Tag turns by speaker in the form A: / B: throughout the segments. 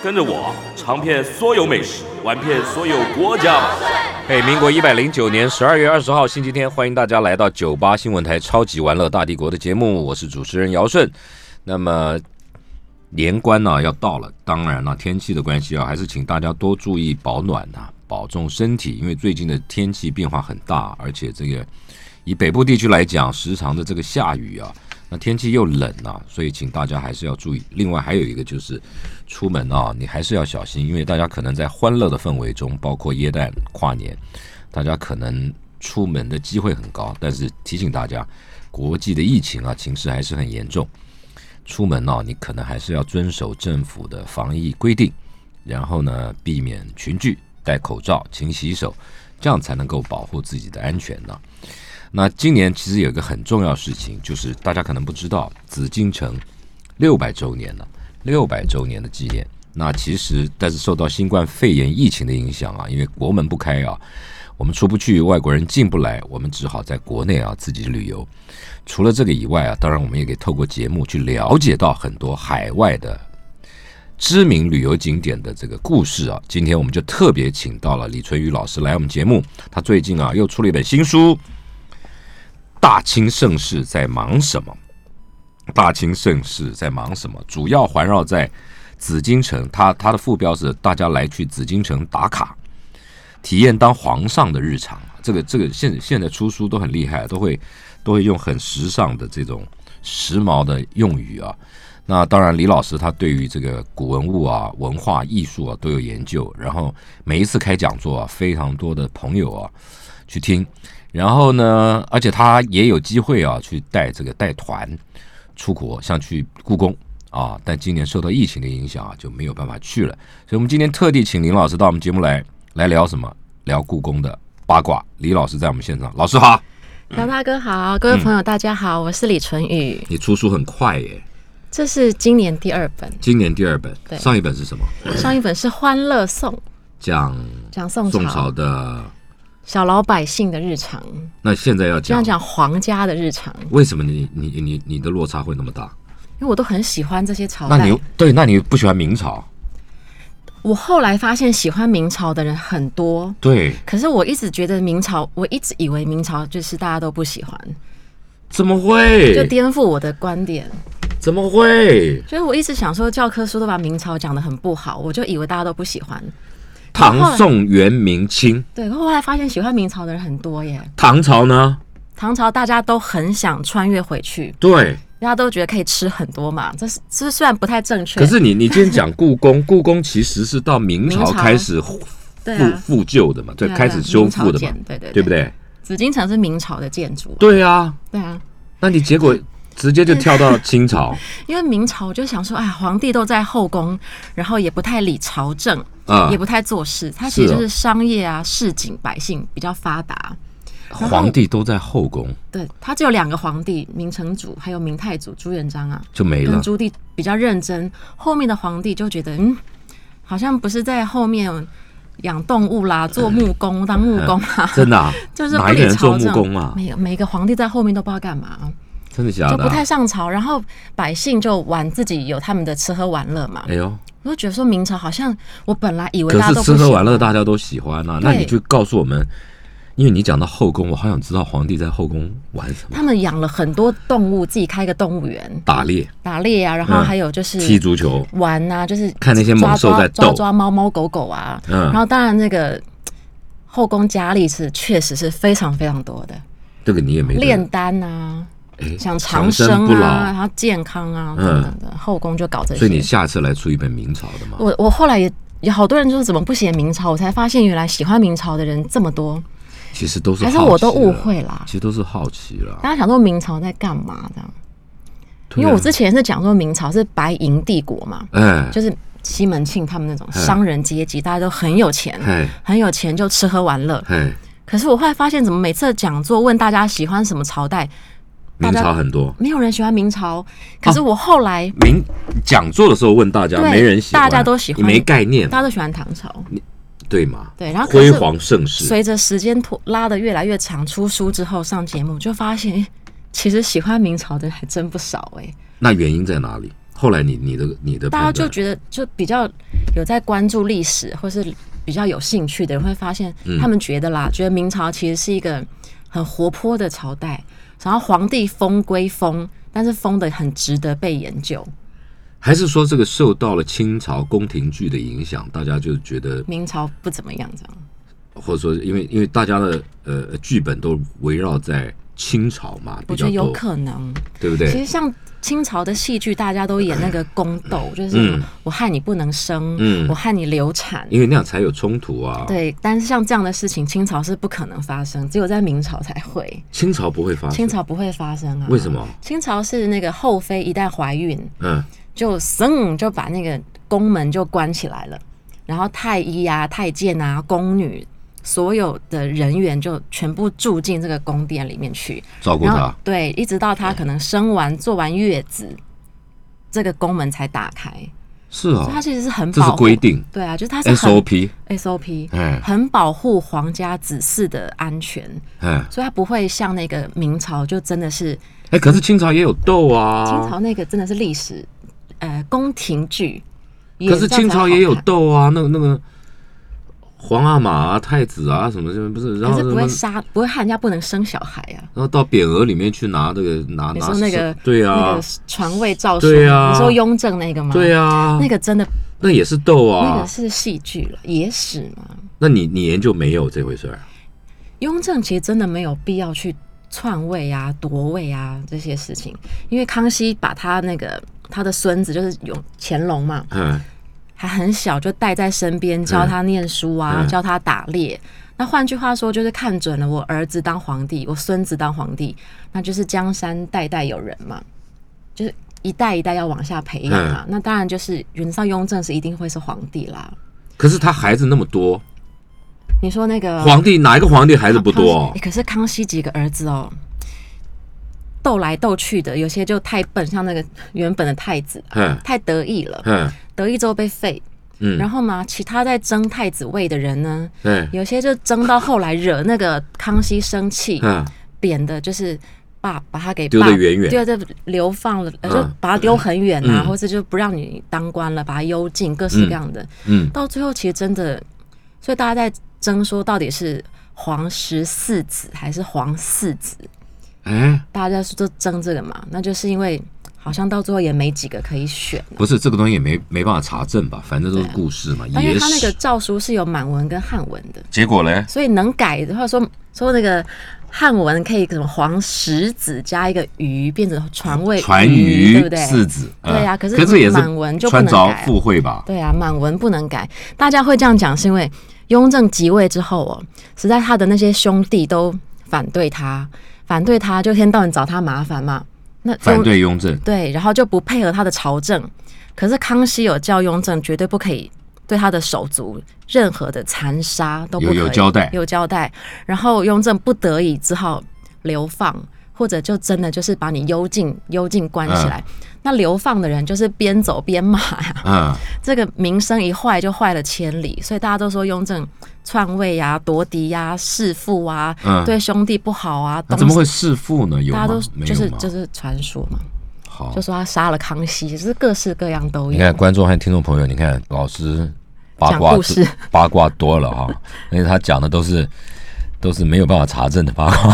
A: 跟着我尝遍所有美食，玩遍所有国家吧。
B: 嘿，哎民国一百零九年十二月二十号星期天，欢迎大家来到九八新闻台《超级玩乐大帝国》的节目，我是主持人姚顺。那么年关呢、要到了，当然了、天气的关系啊，还是请大家多注意保暖啊，保重身体，因为最近的天气变化很大，而且这个以北部地区来讲，时常的这个下雨啊，那天气又冷啊，所以请大家还是要注意。另外还有一个就是，出门啊，你还是要小心，因为大家可能在欢乐的氛围中，包括耶诞、跨年，大家可能出门的机会很高。但是提醒大家，国际的疫情啊，情势还是很严重，出门呢、你可能还是要遵守政府的防疫规定，然后呢，避免群聚，戴口罩，勤洗手，这样才能够保护自己的安全呢、那今年其实有一个很重要的事情，就是大家可能不知道，紫禁城六百周年了，六百周年的纪念。那其实，但是受到新冠肺炎疫情的影响啊，因为国门不开啊，我们出不去，外国人进不来，我们只好在国内啊自己旅游。除了这个以外啊，当然我们也可以透过节目去了解到很多海外的知名旅游景点的这个故事啊。今天我们就特别请到了李淳于老师来我们节目，他最近啊又出了一本新书，大清盛世在忙什么？大清盛世在忙什么？主要环绕在紫禁城，它它的副标是“大家来去紫禁城打卡，体验当皇上的日常”。这个这个现现在出书都很厉害，都会都会用很时尚的这种时髦的用语啊。那当然，李老师他对于这个古文物啊、文化艺术啊都有研究，然后每一次开讲座啊，非常多的朋友啊去听。然后呢，而且他也有机会啊，去带这个带团出国，像去故宫啊，但今年受到疫情的影响啊，就没有办法去了。所以我们今天特地请林老师到我们节目来来聊什么？聊故宫的八卦。李老师在我们现场，老师好。嗯
C: 姚大哥好，各位朋友大家好，我是李淳宇，
B: 你出书很快耶，
C: 这是今年第二本，
B: 今年第二本，
C: 对
B: 上一本是什么？
C: 上一本是《欢乐颂》，
B: 讲
C: 讲宋朝
B: 宋朝的。
C: 小老百姓的日常，
B: 那现在要
C: 这
B: 讲
C: 样讲皇家的日常，
B: 为什么你你你你的落差会那么大？
C: 因为我都很喜欢这些朝
B: 那
C: 代
B: 你。对，那你不喜欢明朝？
C: 我后来发现喜欢明朝的人很多，
B: 对，
C: 可是我一直觉得明朝，我一直以为明朝就是大家都不喜欢，
B: 怎么
C: 就
B: 会？
C: 颠覆我的观点。
B: 怎么会？
C: 就是我一直想说，教科书都把明朝讲得很不好，我就以为大家都不喜欢。
B: 唐宋元明清，
C: 对，可后来发现喜欢明朝的人很多耶。
B: 唐朝呢？
C: 唐朝大家都很想穿越回去，
B: 对，
C: 大家都觉得可以吃很多嘛，这是这虽然不太正确，
B: 可是你你今天讲故 宫，故宫其实是到明
C: 明
B: 朝
C: 朝
B: 开始复
C: 对啊
B: 复旧的嘛，对，
C: 对啊
B: 开始修复的
C: 明朝
B: 嘛
C: 建，对对对
B: 不对？
C: 紫禁城是明朝的建筑，
B: 对啊，
C: 对啊，
B: 那你结果直接就跳到清朝
C: 因为明朝就想说，哎，皇帝都在后宫，然后也不太理朝政，
B: 啊
C: 也，不太做事，他其实
B: 是哦
C: 就是商业啊、市井百姓比较发达。后
B: 皇帝都在后宫
C: 对他只有两个皇帝，明成祖还有明太祖朱元璋啊，
B: 就没
C: 跟
B: 了，
C: 朱棣比较认真，后面的皇帝就觉得，嗯，好像不是在后面养动物啦，做
B: 嗯
C: 木工当木工啊，
B: 真的啊
C: 就是不
B: 哪一个
C: 理
B: 人做
C: 朝
B: 木
C: 政。
B: 工啊？
C: 每个每个皇帝在后面都不知道干嘛，啊
B: 真的假
C: 就
B: 的
C: 不
B: 啊？
C: 太上朝，然后百姓就玩自己有他们的吃喝玩乐嘛。
B: 哎呦，
C: 我就觉得说明朝好像我本来以为
B: 可
C: 大家
B: 是
C: 都
B: 吃
C: 不
B: 喝
C: 喜
B: 玩乐
C: 欢
B: 大家都喜欢啊，那
C: 对
B: 你就告诉我们，因为你讲到后宫，我好想知道皇帝在后宫玩什么，
C: 他们养了很多动物，自己开个动物园
B: 打猎、
C: 打猎啊，
B: 嗯
C: 然后还有就是
B: 踢足球，
C: 玩啊，就是
B: 看那些
C: 抓
B: 猛兽
C: 抓
B: 在
C: 抓
B: 斗
C: 抓猫猫狗狗啊。
B: 嗯
C: 然后当然那个嘖后宫佳丽是确实是非常非常多的，
B: 这个你也没得
C: 炼丹啊，
B: 哎
C: 想
B: 长
C: 长生
B: 不
C: 啊，
B: 老。
C: 然后健康啊
B: 嗯
C: 等等的，后宫就搞这些。
B: 所以你下次来出一本明朝的嘛？
C: 我我后来也也好多人就是怎么不写明朝，我才发现原来喜欢明朝的人这么多，
B: 其实都是
C: 还是
B: 好奇
C: 我都误
B: 了，
C: 会啦
B: 其。实都是好奇了。
C: 大家想说明朝在干嘛这样？
B: 对啊
C: 因为我之前是讲说明朝是白银帝国嘛，
B: 哎，
C: 就是西门庆他们那
B: 嗯
C: 种商人阶级，大家都很有钱，
B: 嘿，
C: 很有钱就吃喝玩乐。
B: 嘿，
C: 可是我后来发现，怎么每次的讲座问大家喜欢什么朝代，
B: 明朝很多。
C: 没有人喜欢明朝。可
B: 哦
C: 是我后来、
B: 明讲座的时候问大家，
C: 对
B: 没人喜欢，
C: 大家都喜欢
B: 你没概念，
C: 大家都喜欢唐朝，
B: 对吗？
C: 对，然后可
B: 辉
C: 是
B: 煌盛世，
C: 随着时间拖拉的越来越长，出书之后上节目就发现，诶其实喜欢明朝的人还真不少哎、
B: 那原因在哪里？后来你你的你的
C: 大家就
B: 判断
C: 觉得就比较有在关注历史或是比较有兴趣的人会发现，
B: 嗯
C: 他们觉得啦，觉得明朝其实是一个很活泼的朝代，然后皇帝疯归疯，但是疯的很值得被研究。
B: 还是说这个受到了清朝宫廷剧的影响，大家就觉得，
C: 明朝不怎么样，这样
B: 或者说因为因为大家的呃剧本都围绕在清朝嘛，
C: 我
B: 比
C: 觉
B: 较
C: 得有
B: 多，
C: 可能。
B: 对不
C: 其实
B: 对？
C: 像清朝的戏剧，大家都演那个宫斗，就是我害你不能生，
B: 嗯
C: 我害你流产。
B: 因为那样才有冲突啊。，
C: 对，但是像这样的事情，清朝是不可能发生，只有在明朝才会。
B: 清朝不会发生。
C: 清朝不会发生啊？
B: 为什么？
C: 清朝是那个后妃一旦怀孕，
B: 嗯，
C: 就噌就把那个宫门就关起来了，然后太医啊、太监啊、宫女。所有的人员就全部住进这个宫殿里面去，
B: 照顾
C: 然后
B: 他。
C: 对，一直到她可能生完、坐完月子，这个宫门才打开。
B: 是啊、
C: 所以它
B: 哦，
C: 其实是很
B: 这是
C: 保护
B: 规定
C: 对啊，就是它是很
B: ，SOP，
C: SOP，
B: 哎
C: 很保护皇家子嗣的安全，
B: 哎
C: 所以它不会像那个明朝就真的是
B: 哎，可是清朝也有斗啊。
C: 清朝那个真的是历史，呃，宫廷剧。
B: 可是清朝也有
C: 演这
B: 斗啊，那个那个皇阿玛啊、太子啊什么什么，不是，然
C: 样才好
B: 后
C: 看，可是
B: 什么
C: 不会，杀，不会害人家不能生小孩啊。
B: 然后到匾额里面去拿这个拿
C: 你
B: 拿
C: 说那个
B: 啊对
C: 那
B: 啊
C: 个，传位诏书，
B: 对啊
C: 你说雍正那个吗？
B: 对啊，
C: 那个真的，
B: 那也是斗
C: 那个
B: 啊。
C: 是戏剧了，野史嘛。
B: 那你你研究没有这回事儿？
C: 雍正其实真的没有必要去篡位啊、夺位啊这些事情，因为康熙把他那个他的孙子就是雍乾隆嘛，
B: 嗯，
C: 还很小就带在身边，教他念书啊，
B: 嗯
C: 教他打猎。那换句话说，就是看准了我儿子当皇帝，我孙子当皇帝，那就是江山代代有人嘛，就是一代一代要往下培养嘛。那当然就是原则上雍正是一定会是皇帝啦。
B: 可是他孩子那么多，
C: 你说那个
B: 皇帝哪一个皇帝孩子不
C: 康
B: 多哦
C: 诶？可是康熙几个儿子哦，斗来斗去的，有些就太笨，像那个原本的太子
B: 嗯
C: 太得意了，
B: 嗯
C: 得意之后被废。然
B: 嗯，
C: 后嘛，其他在争太子位的人呢，
B: 对，
C: 有些就争到后来惹那个康熙生气，
B: 嗯
C: 贬的就是把把他给
B: 丢得
C: 罢
B: 远远
C: 对，就流放了，呃
B: 嗯
C: 就把他丢很远啊，
B: 嗯
C: 或者就不让你当官了，把他幽禁，各式各样的。
B: 嗯，
C: 到最后其实真的，所以大家在争说到底是皇十四子还是皇四子，
B: 哎，
C: 大家就争这个嘛，那就是因为好像到最后也没几个可以选。
B: 不是这个东西也没没办法查证吧，反正都是故事嘛，
C: 啊但因
B: 野
C: 为他那个
B: 史。
C: 诏书是有满文跟汉文的，
B: 结果嘞，
C: 所以能改的话说说那个汉文可以什么黄石子加一个鱼变成传位
B: 传
C: 鱼，
B: 鱼
C: 对不对？
B: 四子，
C: 对啊
B: 呃
C: 呀可是
B: 可这也是
C: 满文就不
B: 穿
C: 能
B: 着
C: 改
B: 附会吧？
C: 对啊，满文不能改。大家会这样讲是因为雍正即位之后哦，实在他的那些兄弟都反对他，反对他就一天到晚找他麻烦嘛。那雍
B: 反对雍正，
C: 对，然后就不配合他的朝政。可是康熙有教雍正，绝对不可以对他的手足任何的残杀都不
B: 有
C: 可以
B: 有交代
C: 有交代。然后雍正不得已只好流放，或者就真的就是把你幽禁幽禁关起来。那流放的人就是边走边骂呀、
B: 嗯，
C: 这个名声一坏就坏了千里，所以大家都说雍正篡位呀、夺嫡呀、弑父啊，
B: 嗯
C: 对兄弟不好啊，
B: 那
C: 东
B: 怎么会弑父呢？有
C: 大家
B: 吗
C: 都？
B: 没
C: 就
B: 有
C: 是
B: 吗？
C: 就是传说嘛。
B: 好
C: 就，说他杀了康熙，就是各式各样都
B: 你
C: 有
B: 看。观众和听众朋友，你看老师八卦
C: 讲故事
B: 八卦多了 哈，而且他讲的都是都是没有办法查证的八卦，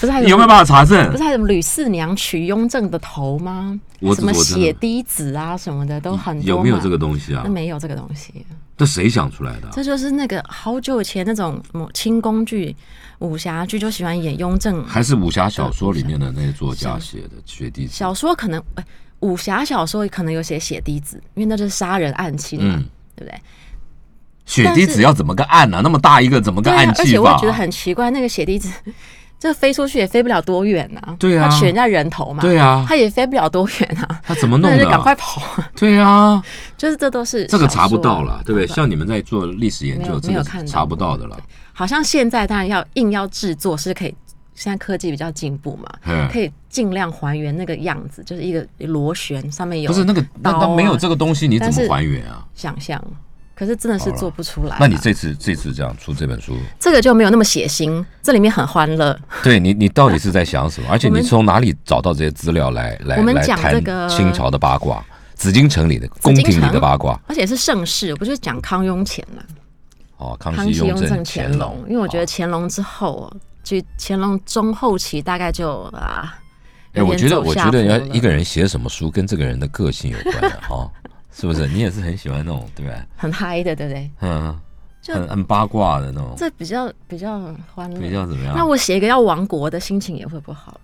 C: 不是 还
B: 有没有办法查证
C: 不？是还有什么吕四娘取雍正的头吗？
B: 我
C: 什么
B: 我真的
C: 血滴子啊什么的都很多
B: 有
C: 嘛
B: 没有这个？东啊西啊
C: 那？没有这个东西，
B: 这谁想出来的啊？
C: 这就是那个好久以前那种什么清宫剧、武侠剧就喜欢演雍正。
B: 还是武侠小说里面的那些作家写的学弟子？
C: 小说可能，哎武侠小说可能有写血滴子，因为那就是杀人暗器嘛，
B: 嗯
C: 对不对？
B: 血滴子
C: 但是
B: 要怎么个按呢、那么大一个怎么个
C: 对
B: 按
C: 啊，而
B: 技
C: 且我也
B: 法
C: 觉？得很奇怪，那个血滴子 这飞出去也飞不了多远呐、
B: 对啊
C: 他取人家人头嘛，
B: 对啊
C: 他也飞不了多远啊，
B: 他怎么弄
C: 那
B: 的
C: 就赶快
B: 啊？
C: 跑啊，
B: 对啊，
C: 就是这都是
B: 这个查不
C: 少数啊
B: 到了，对不对？像你们在做历史研
C: 没
B: 究，
C: 有
B: 这
C: 没
B: 个
C: 有
B: 是
C: 看到
B: 查不到的了。
C: 好像现在当然要硬要制作是可以，现在科技比较进步嘛，
B: 嗯
C: 可以尽量还原那个样子，就是一个螺旋上面有
B: 不是那个，那
C: 刀
B: 那
C: 啊
B: 没有这个东西，你怎
C: 但
B: 么
C: 是
B: 还原啊？
C: 想象，可是真的是做不出来啊。
B: 那你这次这次这样出这本书，
C: 这个就没有那么血腥，这里面很欢乐。
B: 对你你到底是在想什么？而且
C: 我
B: 你
C: 们
B: 从哪里找到这些资料来来
C: 我们
B: 来
C: 讲
B: 谈
C: 这个
B: 清朝的八卦，紫禁城里的宫
C: 紫禁
B: 廷里的
C: 城
B: 八卦？
C: 而且是盛世，我不是讲康雍乾嘛，
B: 哦，康
C: 康熙、雍
B: 正、
C: 正、乾隆，因为我觉得乾隆之后哦，就乾隆中后期大概就啊，
B: 哎，我
C: 有点
B: 觉得，
C: 走
B: 我
C: 下
B: 觉得
C: 坡
B: 要
C: 了
B: 一个人写什么书，跟这个人的个性有关的哈、是不是？你也是很喜欢那种，对不对？
C: 很嗨的，对不对？
B: 嗯，
C: 就
B: 很很八卦的那种，
C: 这比较比较欢乐。
B: 比较啊怎么样？
C: 那我写一个要亡国的心情也会不好。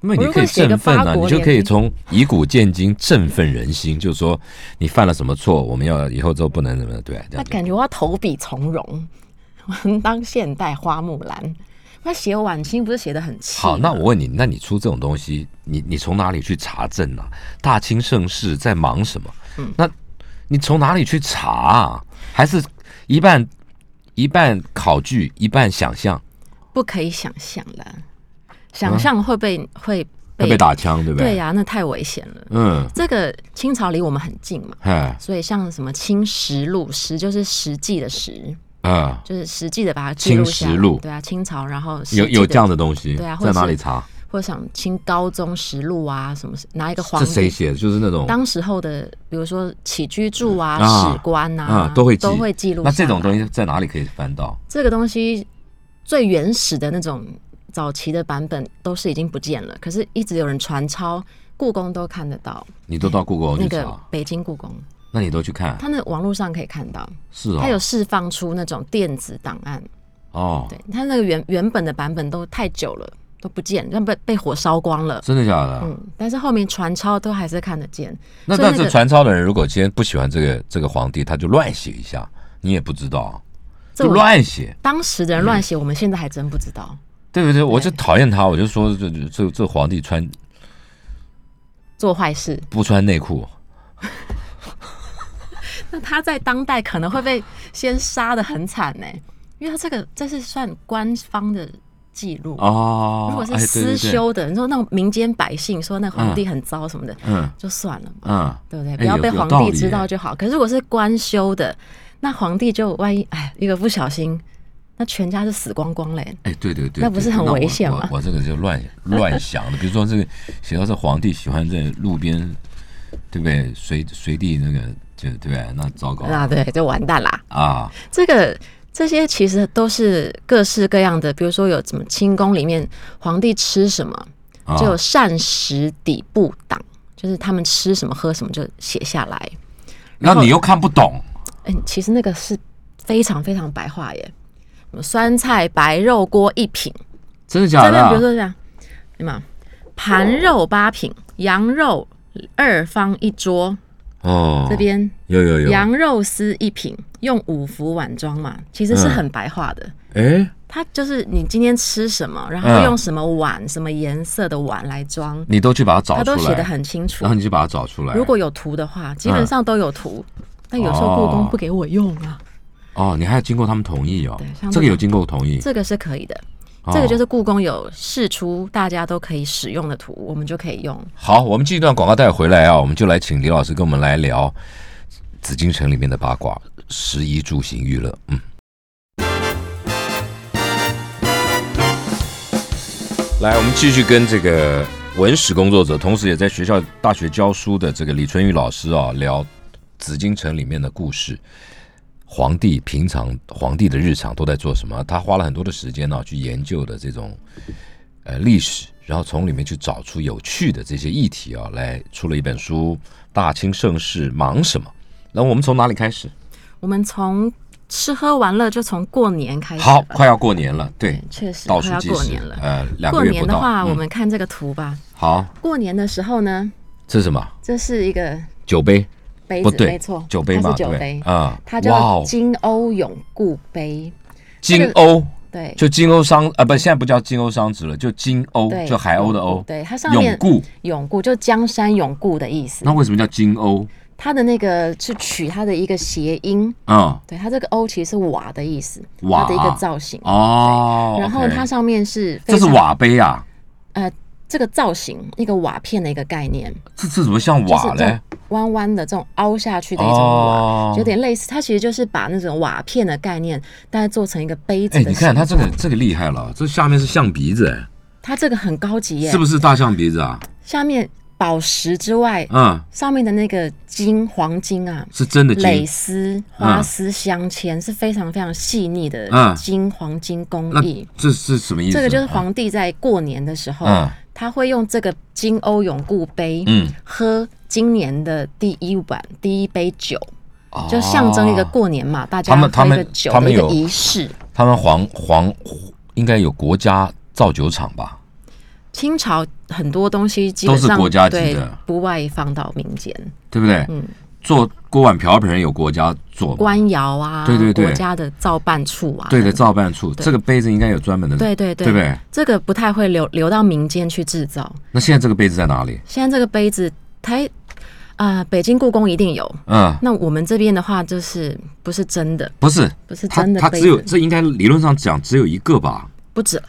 B: 那么
C: 我
B: 你
C: 如
B: 可
C: 果
B: 以
C: 写个
B: 振奋
C: 八
B: 啊，
C: 国
B: 你就
C: 联
B: 可以
C: 军
B: 从以古鉴今，振奋人心，就是说你犯了什么错，我们要以后都不能怎么样对啊，这
C: 那
B: 样子。
C: 感觉我要投笔从戎， 我当现代花木兰。那写晚清不是写的很气吗？
B: 好，那我问你，那你出这种东西，你你从哪里去查证呢、大清盛世在忙什么？
C: 嗯
B: 那你从哪里去查、啊？还是一半一半考据，一半想象，
C: 不可以想象了，想象会被、会被
B: 嗯会被打枪，对不
C: 对
B: 对？
C: 呀、那太危险了。
B: 嗯，
C: 这个清朝离我们很近嘛，
B: 哎，
C: 所以像什么《清实录》，实就是实际的实，
B: 啊，
C: 就是实际的把它记录下
B: 清
C: 来。
B: 实录
C: 对啊，清朝，然后实际
B: 有
C: 的
B: 有这样，的东西，
C: 对啊或
B: 在
C: 者
B: 哪
C: 是
B: 里查？
C: 或者想清高宗实录啊，什么拿一个皇
B: 是谁
C: 帝。
B: 写的？就是那种
C: 当时候的，比如说起居注啊、
B: 啊
C: 史官呐、
B: 啊，都会记
C: 都会记录。
B: 那这种东，西在哪里可以翻到？
C: 这个东西最原始的那种早期的版本都是已经不见了，可是一直有人传抄，故宫都看得到。
B: 你都到故宫
C: 嗯那
B: 去
C: 个
B: 查，
C: 北京故宫，
B: 那你都去看？
C: 它那网络上可以看到，
B: 是
C: 它有
B: 哦，
C: 释放出那种电子档案，
B: 哦，
C: 对，它那个原原本的版本都太久了，都不见，让被被火烧光了。
B: 真的假的？
C: 嗯，但是后面传抄都还是看得见。
B: 那
C: 所以
B: 但
C: 那
B: 是
C: 个
B: 传抄的人如果今天不喜欢这个这个皇帝，他就乱写一下，你也不知道，
C: 这
B: 就
C: 我
B: 乱嗯写，
C: 当时的人乱写，我们现在还真不知道。
B: 对不对？我就讨厌他，我就说这这这这皇帝穿
C: 做坏事，
B: 不穿内裤，
C: 那他在当代可能会被先杀的很惨呢、因为他这个这是算官方的记录。
B: 哦，
C: 如果是
B: 哎
C: 私，修的，你说那种民间百姓说那皇帝很糟什么的，
B: 对对对嗯
C: 就算了吧，
B: 嗯，
C: 对不对？
B: 哎
C: 不要
B: 有
C: 被
B: 有
C: 皇
B: 道
C: 帝
B: 理
C: 知
B: 耶
C: 道就好。可是如果是官修的，那皇帝就万一哎一个不小心，那全家就死光光嘞。
B: 哎，对对对，
C: 那不是
B: 对
C: 很
B: 我
C: 危险
B: 我
C: 吗
B: 我我这个就乱乱想的，比如说这个写到这皇帝喜欢在路边，对不对？随随地那个就对不对？那糟糕
C: 那对，就完蛋啦。
B: 啊！
C: 这个这些其实都是各式各样的，比如说有什么清宫里面皇帝吃什么，
B: 啊
C: 就有膳食底部档，就是他们吃什么喝什么就写下来。
B: 那
C: 然后
B: 你又看不懂，
C: 哎、其实那个是非常非常白话耶，什么酸菜白肉锅一品，
B: 真的假
C: 真
B: 的
C: 的，
B: 啊
C: 比如？说这样，有没有盘肉八品，羊肉二方一桌，
B: 哦，
C: 这边
B: 有有有，
C: 羊肉丝一品，用五福碗装嘛，其实是
B: 嗯
C: 很白话的。
B: 哎，
C: 它就是你今天吃什么，然
B: 嗯
C: 后用什么碗、什么颜色的碗来装，
B: 你都去把它找
C: 它
B: 出
C: 都写
B: 来
C: 的，很清楚
B: 然后。你就把它找出来。
C: 如果有图的话，基本上都有图。但有时候
B: 哦
C: 故宫不给我用啊，
B: 哦，你还要经过他们同意哦
C: 对像，
B: 这个
C: 这种
B: 有经过同意，
C: 这个是可以的。
B: 哦
C: 这个就是故宫有试出大家都可以使用的图，我们就可以用。
B: 好，我们进一段广告带回来啊，我们就来请李老师跟我们来聊紫禁城里面的八卦、食衣住行娱乐。嗯，来，我们继续跟这个文史工作者，同时也在学校大学教书的这个李春玉老师啊，聊紫禁城里面的故事。皇帝平常皇帝的日常都在做什么？他花了很多的时间呢、啊去研究的这种呃历史，然后从里面去找出有趣的这些议题啊，来出了一本书《大清盛世忙什么》。那我们从哪里开始？
C: 我们从吃喝玩乐就从过年开始吧。
B: 好，快要过年了，对，
C: 确实
B: 倒
C: 嗯快
B: 数
C: 要
B: 计
C: 过
B: 时
C: 年，了。
B: 呃，两
C: 过
B: 个月
C: 年
B: 不
C: 的
B: 到。
C: 话，
B: 嗯
C: 我们看这个图吧。
B: 好，
C: 过年的时候呢，
B: 这是什么？
C: 这是一个
B: 酒杯？
C: 杯
B: 不
C: 子，
B: 对，啊
C: 没错，
B: 酒杯
C: 它
B: 嘛，
C: 是酒
B: 对不对
C: 杯。
B: 啊，
C: 它
B: 哇
C: 叫
B: 哦，
C: 金瓯永固杯。
B: 金
C: 这个
B: 瓯，
C: 对
B: 就金欧商啊，不，现在不叫金欧商职了，就金欧，
C: 对，
B: 就海鸥的
C: 永
B: 欧
C: 固，对，它上面
B: 永固。
C: 永固就江山永固的意思
B: 那。为什么叫金欧？
C: 它的那个是取它的一个谐音，
B: 嗯，
C: 对，它这个“欧”其实是瓦的意思，
B: 瓦
C: 它的一个造型。
B: 哦，
C: 然后
B: OK
C: 它上面是非
B: 这是
C: 常
B: 瓦杯啊，
C: 呃这个造型一个瓦片的一个概念，
B: 这这怎么像
C: 就是
B: 瓦
C: 这
B: 嘞
C: 种？弯弯的这种凹下去的一种瓦，
B: 哦
C: 有点类似。它其实就是把那种瓦片的概念，但是做成一个杯子
B: 哎，
C: 的。
B: 你看它这个，这个厉害了，这下面是象鼻子，哎，
C: 它这个很高级耶，
B: 是不是大象鼻子啊？
C: 下面宝石之外，
B: 嗯，
C: 上面的那个金黄金啊，
B: 是真的
C: 蕾
B: 金。
C: 丝、花丝镶嵌是非常非常细腻的
B: 嗯
C: 金黄金工
B: 那
C: 艺。
B: 这是什么意思？
C: 这个就是皇帝在过年的时候，
B: 嗯
C: 他会用这个金瓯永固杯，
B: 嗯
C: 喝今年的第一碗第一杯酒，
B: 啊，
C: 就象征一个过年嘛，大家
B: 他们
C: 喝一
B: 他
C: 个
B: 们
C: 酒
B: 他
C: 的
B: 们
C: 一个
B: 有
C: 仪式。
B: 哦他们皇皇应该有国家造酒厂吧？
C: 清朝很多东西基本
B: 都
C: 上
B: 是国家级的
C: 对不外放到民间，
B: 对不对？
C: 嗯
B: 做锅碗瓢盆有国家做嘛，
C: 官窑啊，
B: 哦对对对
C: 国家的造办处啊，
B: 对的，造办处这个杯子应该有专门的。
C: 对对对，
B: 对不对？
C: 这个不太会流流到民间去制造。
B: 那现在这个杯子在哪里？
C: 现在这个杯子，台啊、北京故宫一定有。
B: 嗯，
C: 那我们这边的话，就是不是真的，
B: 不是，
C: 不是
B: 它
C: 真的
B: 它
C: 杯
B: 只有
C: 子
B: 这应该理论上讲只有一个吧？
C: 不止了，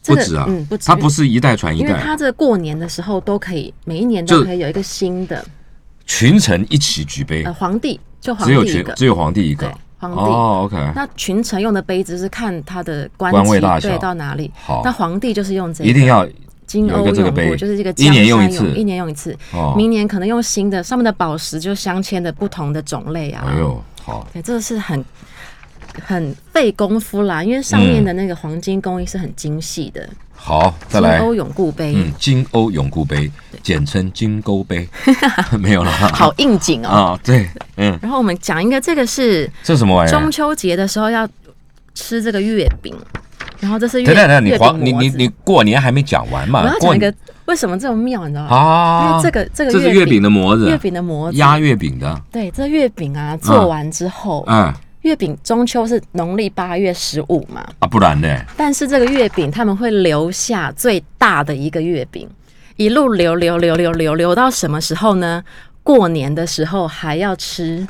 C: 这
B: 不
C: 个
B: 止啊
C: 嗯，不，止，
B: 它不是一代传一
C: 因为
B: 代
C: 它，这个过年的时候都可以，每一年都
B: 就
C: 可以有一个新的
B: 群臣一起举杯
C: 呃，皇帝，就皇
B: 只有
C: 帝一
B: 群
C: 个，
B: 只有皇帝一个
C: 对。皇帝。
B: 哦，OK，
C: 那群臣用的杯子是看他的官
B: 官
C: 级
B: 位大小
C: 对到哪里，
B: 好
C: 那皇帝就是用这个，
B: 一定要
C: 金
B: 有一
C: 瓯
B: 个这个
C: 永
B: 杯
C: 固，就是这个
B: 一年
C: 江
B: 用一
C: 山永
B: 次
C: 一年用一次，
B: 哦。
C: 明年可能用新的，上面的宝石就镶嵌的不同的种类啊。
B: 哎呦，好，
C: 对，这是很很费功夫啦，因为上面的那个黄金工艺是很精细的。
B: 好，再
C: 金
B: 来。
C: 瓯永固杯，
B: 嗯，金瓯永固杯，简称金钩 杯，没有了。
C: 好应景 哦。
B: 啊，对，嗯，
C: 然后我们讲一个，这个是
B: 这什么玩意
C: 中
B: 儿？
C: 秋节的时候要吃这个月饼，然后这是月
B: 等等等，你
C: 月饼
B: 黄你
C: 模
B: 你
C: 子
B: 你过年还没讲完
C: 我
B: 嘛
C: 要？
B: 过
C: 讲一个为什么这么妙，你知道吗？因
B: 啊
C: 为，这个这个
B: 这是
C: 月
B: 月饼的模子，啊
C: 月饼的模子，
B: 压月饼的，
C: 对，这月饼啊，做完之后，
B: 嗯
C: 月饼中秋是农历八月十五嘛，
B: 啊，不然呢？
C: 但是这个月饼他们会留下最大的一个月饼，一路留留留留留留到什么时候呢？过年的时候还要吃，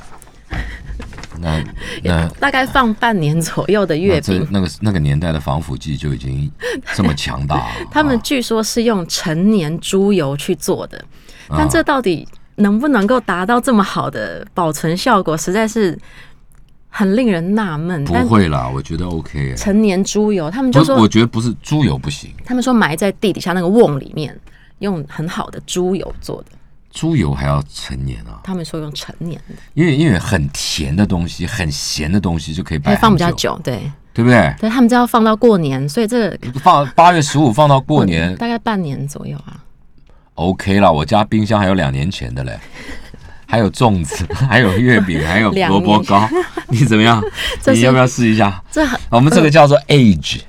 B: 那那
C: 大概放半年左右的
B: 那
C: 月
B: 这
C: 饼。。
B: 那个那个年代的防腐剂就已经这么强大了
C: 他们
B: 啊
C: 据说是用陈年猪油去做的，
B: 啊
C: 但这到底能不能够达到这么好的保存效果，实在是很令人纳闷。但
B: 不会啦，我觉得 OK 啊耶。
C: 陈年猪油，他们
B: 不，
C: 就是说
B: 我觉得不是猪油不行，
C: 他们说埋在地底下那个瓮里面，用很好的猪油做的。
B: 猪油还要陈年啊，
C: 他们说用陈年的，
B: 因为因为很甜的东西、很咸的东西就可以
C: 可
B: 摆
C: 以放比
B: 很
C: 较，久，对。
B: 对不对？
C: 但他们这要放到过年，所以这个嗯
B: 放八月十五放到过年
C: 大概半年左右啊。
B: OK 啦，我家冰箱还有两年前的嘞， 还有粽子， 还有月饼，还有
C: 两
B: 萝卜
C: 年
B: 糕， 你怎么样？
C: 这
B: 你
C: 是嗯
B: 要不要试一下？
C: 这很，
B: 我们这个叫做 age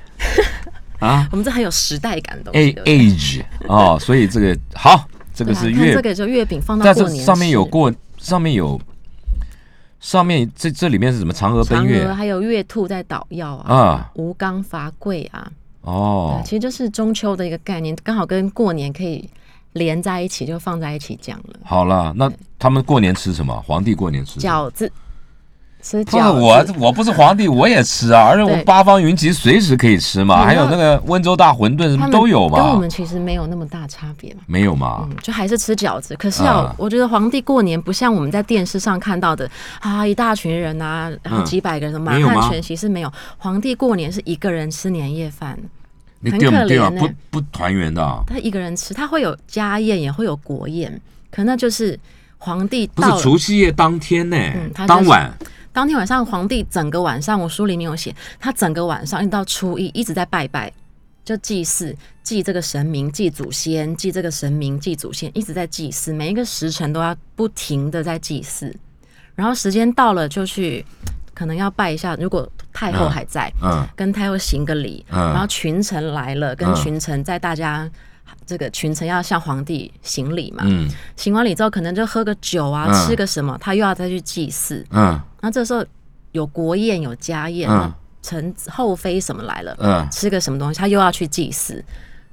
C: 我们这很有时代感的东西。
B: a
C: 对不对
B: age 哦，所以这个好，这
C: 对
B: 个
C: 啊
B: 哎是
C: 看
B: 月
C: 这，个就月饼放到
B: 但
C: 过
B: 是
C: 年
B: 上面有
C: 吃
B: 过，上面有，上面这这里面是什么？嫦娥奔
C: 嫦
B: 月
C: 娥，还有月兔在捣药啊，
B: 啊，
C: 吴刚伐桂啊，对
B: 哦
C: 其，实就是中秋的一个概念，刚好跟过年可以连在一起，就放在一起讲了。
B: 好了，那他们过年吃什么？皇帝过年吃什么？
C: 饺子，吃
B: 不是
C: 饺
B: 我啊
C: 子，，
B: 我不是皇帝，我也吃啊，而且我
C: 对
B: 八方云集随时可以吃嘛，
C: 你
B: 还有
C: 要
B: 那个温州大馄饨什么
C: 他们
B: 都有
C: 跟我
B: 嘛
C: 们，其实没有那么大差别嘛。
B: 没有嘛？
C: 嗯，就还是吃饺子。可是哦，
B: 啊
C: 我觉得皇帝过年不像我们在电视上看到的啊，一大群人啊，然后
B: 嗯
C: 几百个人，满
B: 没有吗
C: 汉全席是没有。皇帝过年是一个人吃年夜饭，
B: 你
C: 很
B: 对不
C: 可
B: 对啊？
C: 怜
B: 不
C: 呢
B: 不团圆的啊，
C: 他一个人吃，他会有家宴，也会有国宴，可那就是皇帝
B: 不是
C: 到了
B: 除夕夜当天呢
C: 嗯他，就是
B: 当晚
C: 当天晚上，皇帝整个晚上，我书里面有写，他整个晚上一直到初一一直在拜拜，就祭祀，祭这个神明，祭祖先，祭这个神明，祭祖先，一直在祭祀，每一个时辰都要不停的在祭祀，然后时间到了就去，可能要拜一下，如果太后还在，
B: 嗯
C: 跟太后行个礼，
B: 嗯
C: 然后群臣来了，跟群臣在大家。这个群臣要向皇帝行礼嘛，
B: 嗯
C: 行完礼之后可能就喝个酒啊，
B: 嗯
C: 吃个什么，他又要再去祭祀，
B: 嗯
C: 那这时候有国宴有家宴，
B: 嗯
C: 那臣子后妃什么来了，
B: 嗯
C: 吃个什么东西，他又要去祭祀。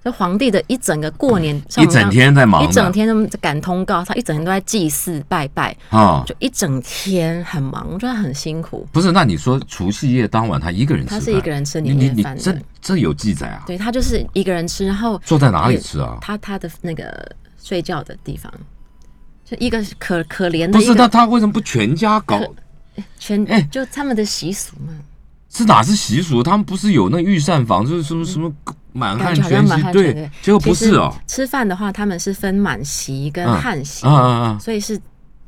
C: 这皇帝的一整个过年，像
B: 嗯一
C: 我们
B: 整天在忙啊
C: 一
B: 的
C: 整天都在赶通告，他一整天都在祭祀拜拜，
B: 啊，
C: 就一整天很忙，我觉得很辛苦。
B: 不是，那你说除夕夜当晚他一个人吃
C: 他
B: 饭，
C: 是一个人吃
B: 你
C: 年
B: 你
C: 夜
B: 你
C: 饭的
B: 这这有记载啊？
C: 对他就是一个人吃，然后
B: 坐在哪里吃啊？
C: 他他的那个睡觉的地方，就一个可可怜的
B: 不
C: 一
B: 是，
C: 个
B: 那他为什么不全家搞？
C: 全、
B: 哎
C: 就他们的习俗嘛，
B: 是哪是习俗？他们不是有那御膳房，就是什么什么满汉
C: 感觉好像
B: 全
C: 满
B: 席？
C: 汉全席
B: 对，结果不是哦。。
C: 其实吃饭的话，他们是分满席跟
B: 嗯
C: 汉席，
B: 啊啊
C: 所以是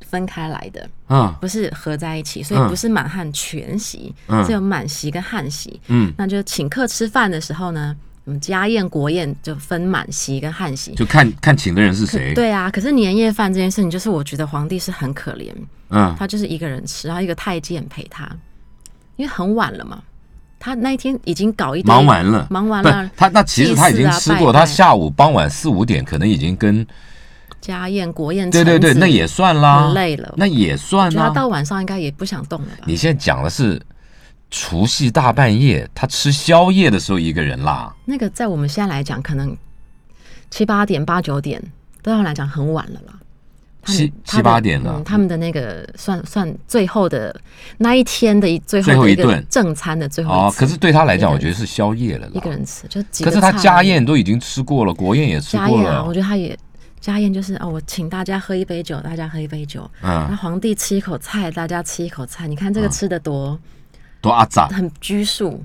C: 分开来的，
B: 啊啊！
C: 不是合在一起，所以
B: 嗯
C: 不是满汉全席，
B: 嗯
C: 只有满席跟汉席。
B: 嗯，
C: 那就请客吃饭的时候呢，我们家宴国宴就分满席跟汉席。
B: 就看看请的人是谁。，
C: 对啊，可是年夜饭这件事情，就是我觉得皇帝是很可怜，
B: 嗯，
C: 他就是一个人吃，然后一个太监陪他，因为很晚了嘛。他那一天已经搞一堆
B: 忙完了，
C: 忙完
B: 不
C: 了，
B: 他那其实他已经
C: 祭祀
B: 吃
C: 啊
B: 过，
C: 拜拜
B: 他下午傍晚四五点可能已经
C: 嗯
B: 跟
C: 家宴国宴，
B: 对对对，
C: 臣子
B: 那也算啦，
C: 很累了
B: 那也算
C: 觉得
B: 啦
C: 他。到晚上应该也不想动了吧？
B: 你现在讲的是除夕大半夜，他吃宵夜的时候一个人啦，
C: 那个在我们现在来讲，可能七八点、八九点，对他们来讲很晚了啦。他们
B: 七
C: 他的
B: 七八点了
C: 嗯，他们的那个算算最后的那一天的一最后
B: 最后
C: 的
B: 一
C: 一个
B: 顿
C: 正餐的最嗯后一
B: 哦，
C: 次
B: 可是对他来讲，
C: 一个人
B: 我觉得是宵夜了啦。
C: 一个人吃就几
B: 可
C: 个
B: 是他
C: 菜啊
B: 家宴都已经吃过了，国宴也吃
C: 家
B: 过
C: 宴啊，我
B: 了，
C: 觉得他也家宴就是哦，我请大家喝一杯酒，大家喝一杯酒，那
B: 嗯，
C: 皇帝吃一口菜，大家吃一口菜，你看这个吃的多、
B: 多阿杂，
C: 很拘束，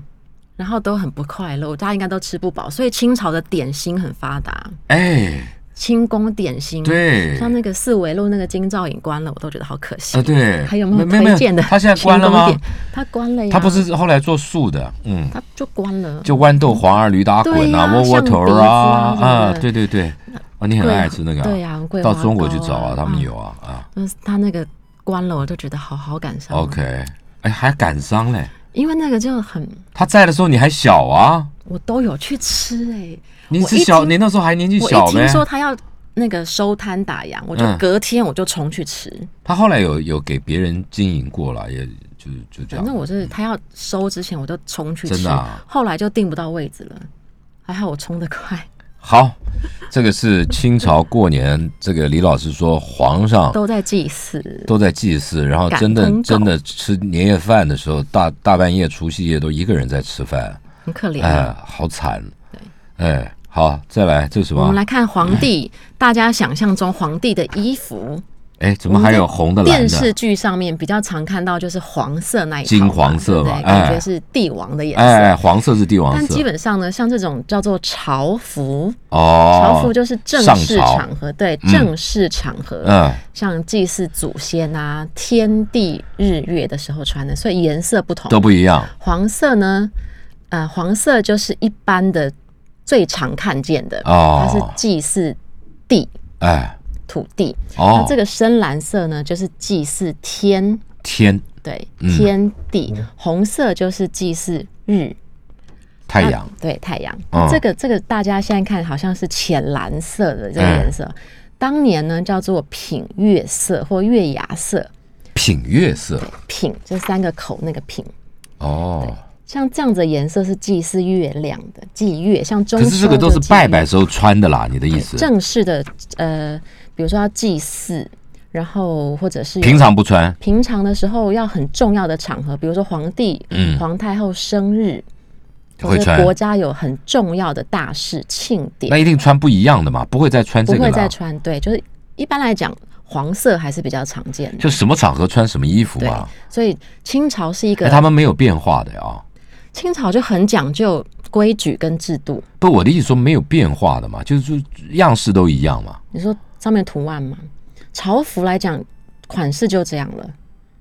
C: 然后都很不快乐，大家应该都吃不饱，所以清朝的点心很发达，
B: 哎，
C: 清宫点心，，
B: 对，
C: 像那个四维路那个金兆尹关了，我都觉得好可惜。
B: 啊对，
C: 还有没有
B: 没
C: 推荐的？
B: 他现在关了吗？？
C: 他关了呀，
B: 他不，是后来做素的，嗯，
C: 他就关了。
B: 就豌豆黄啊、驴打滚
C: 对
B: 啊、
C: 呀
B: 窝窝头
C: 象鼻子啊
B: 啊，
C: 什么的
B: 对对对，啊，你很
C: 桂
B: 爱
C: 花
B: 吃那个，
C: 对呀桂
B: 到
C: 花
B: 中国去
C: 糕
B: 找啊，
C: 啊
B: 他们
C: 嗯
B: 有啊啊
C: 嗯，他那个关了，我就觉得好好感伤。啊
B: ，OK，哎，还感伤嘞，
C: 因为那个就很，
B: 他在的时候你还小啊，
C: 我都有去吃哎、
B: 你
C: 我
B: 是
C: 一
B: 小，
C: 听
B: 你那时候还年纪
C: 我
B: 小
C: 一听
B: 呗，
C: 说他要那个收摊打烊，我就
B: 嗯
C: 隔天我就冲去吃。
B: 他后来有有给别人经营过了，也就就这
C: 反正
B: 样，
C: 我是他要收之前我就冲去
B: 啊真
C: 吃，
B: 的啊
C: 后来就订不到位置了，还好我冲得快，
B: 好。这个是清朝过年，这个李老师说皇上
C: 都在祭祀。
B: 都在祭祀，然后
C: 赶
B: 真的
C: 通告
B: 真的吃年夜饭的时候，大大半夜除夕夜都一个人在吃饭，
C: 很可怜、
B: 哎，好惨。哎，好，再来，这是什
C: 我们
B: 么？
C: 来看皇帝，大家想象中皇帝的衣服，
B: 哎，怎么还有红的、蓝
C: 电视
B: 的？
C: 剧上面比较常看到就是黄色那一套嘛
B: 金黄色嘛
C: 对不对
B: 哎
C: 感觉是帝王的颜色。
B: 哎，黄色是帝王
C: 但基
B: 色
C: 本上呢，像这种叫做朝服，朝
B: 哦
C: 服，就是正
B: 上
C: 式
B: 朝
C: 场合，对，正式场合，
B: 嗯，
C: 像祭祀祖先啊、天地日月的时候穿的，所以颜色不同。
B: 都不一样。
C: 黄色呢，呃，黄色就是一般的最常看见的，
B: 哦
C: 它是祭祀地
B: 哎，
C: 土地。
B: 哦
C: 那，这个深蓝色呢，就是祭祀天，
B: 天
C: 对，
B: 嗯
C: 天地。红色就是祭祀日，
B: 太阳
C: 那对太阳。
B: 嗯
C: 这个这个大家现在看好像是浅蓝色的这个颜色，
B: 嗯
C: 当年呢叫做品月色或月牙色，
B: 品月色
C: 品这三个口那个品。
B: 哦，
C: 像这样子的颜色是祭祀月亮的，祭月像中
B: 可是这个
C: 秋
B: 都
C: 就是祭
B: 拜
C: 月
B: 拜时候穿的啦，你的意思？
C: 正式的呃，比如说要祭祀，然后或者是有
B: 平常不穿
C: 平常的时候要很重要的场合，比如说皇帝、
B: 嗯
C: 皇太后生日，或
B: 会
C: 者
B: 穿
C: 国家有很重要的大事庆
B: 那
C: 典，
B: 一定穿不一样的嘛，不会再穿
C: 不
B: 这个
C: 会再
B: 了。
C: 穿。对，就是一般来讲，黄色还是比较常见的。
B: 就什么场合穿什么衣服
C: 对
B: 嘛，，
C: 所以清朝是一个、
B: 哎，他们没有变化的啊。
C: 清朝就很讲究规矩跟制度。
B: 不，我的意思说没有变化的嘛，就是说样式都一样嘛，
C: 你说上面图案吗？朝服来讲，款式就这样了，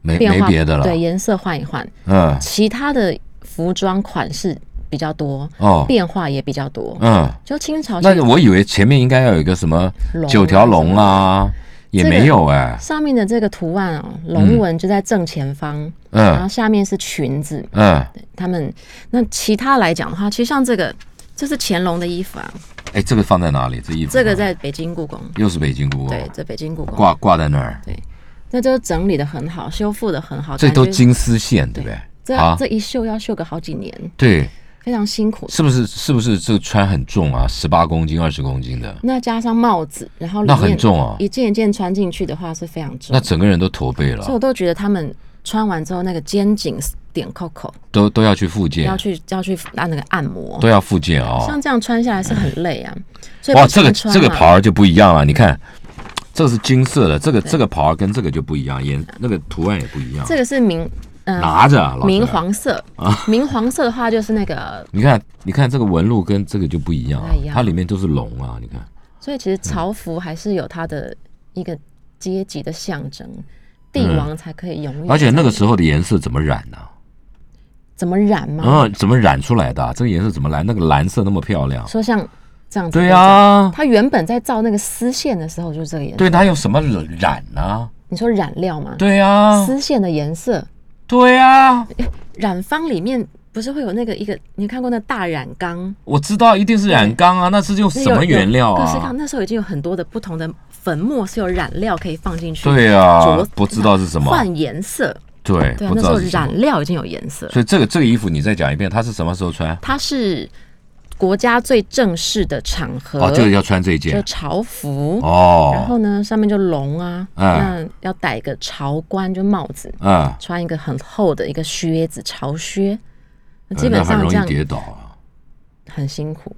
B: 没
C: 变
B: 没
C: 化
B: 别的了。
C: 对，颜色换一换，
B: 嗯，
C: 其他的服装款式比较多，
B: 哦，
C: 变化也比较多。
B: 嗯，
C: 就清朝其实
B: 那我以为前面应该要有一个什么
C: 龙啊
B: 九条龙啊，也没有哎、
C: 上面的这个图案哦，龙纹就在正前方，然后
B: 嗯
C: 下面是裙子。
B: 嗯，
C: 他们那其他来讲的话，其实像这个，这是乾隆的衣服啊，
B: 哎，这个放在哪里？这衣服
C: 这个在北京故宫，
B: 又是北京故宫啊
C: 对，这北京故宫，
B: 嗯挂挂在那儿，
C: 那就整理的很好，修复的很好，
B: 这
C: 感觉
B: 都金丝线对不对？
C: 这、
B: 啊
C: 这一绣要绣个好几年，
B: 对，
C: 非常辛苦。
B: 是不是是不是这个穿很重啊？十八公斤、二十公斤的，
C: 那加上帽子，然后里
B: 那
C: 面
B: 很重啊
C: 一件一件穿进去的话是非常重
B: 那。整啊个人都驼背
C: 所以我
B: 了，
C: 都觉得他们穿完之后那个肩颈点扣扣
B: 都都要去复健
C: 要，去要去按那个按摩
B: 都，要复健啊、
C: 像这样穿下来是很累啊。所以
B: 哇，
C: 不
B: 哦这个
C: 常穿
B: 这个
C: 嘛
B: 袍儿就不一样了，你看，这个是金色的，这个这个袍儿跟这个就不一样，颜那个图案也不一样。
C: 这个是明嗯、
B: 拿着啊老
C: 明
B: 师
C: 黄色
B: 啊
C: 明黄色的话就是那个，
B: 你看，你看这个纹路跟这个就不一样、啊
C: 不太一，样
B: 它里面都是龙啊，你看，
C: 所以其实朝服还是有它的一个阶级的象征，帝王才可以永远。
B: 嗯而且那个时候的颜色怎么染呢、
C: 怎么染嘛？
B: 啊？怎么染出来的啊、这个颜色怎么来？那个蓝色那么漂亮，
C: 说像这样子，
B: 对呀、啊，
C: 它原本在造那个丝线的时候就是这个颜色。
B: 对它有什么染呢、
C: 你说染料吗？
B: 对呀、嗯
C: 丝线的颜色，
B: 对呀、
C: 染坊里面不是会有那个一个，你看过那大染缸？
B: 我知道一定是染缸啊，那是用
C: 那
B: 什
C: 有
B: 么原料
C: 有各式各
B: 啊
C: 样，？那时候已经有很多的不同的粉末是有染料可以放进去，
B: 对呀、
C: 着
B: 不知道是什么，
C: 换颜色。
B: 对，
C: 对啊
B: 不，知
C: 那时
B: 道
C: 候
B: 是什么
C: 染。料已经有颜色。
B: 所以这个这个衣服你再讲一遍，它是什么时候穿？
C: 它是国家最正式的场合，
B: 哦，就是要穿这一
C: 就
B: 件
C: 朝服。然
B: 哦，
C: 后呢，上面就龙啊，
B: 嗯
C: 那要戴一个朝冠，就帽子，
B: 嗯，
C: 穿一个很厚的一个靴子，朝靴。那基
B: 呃那
C: 本
B: 很
C: 上
B: 容
C: 这
B: 易
C: 样
B: 跌倒啊。
C: 很辛苦。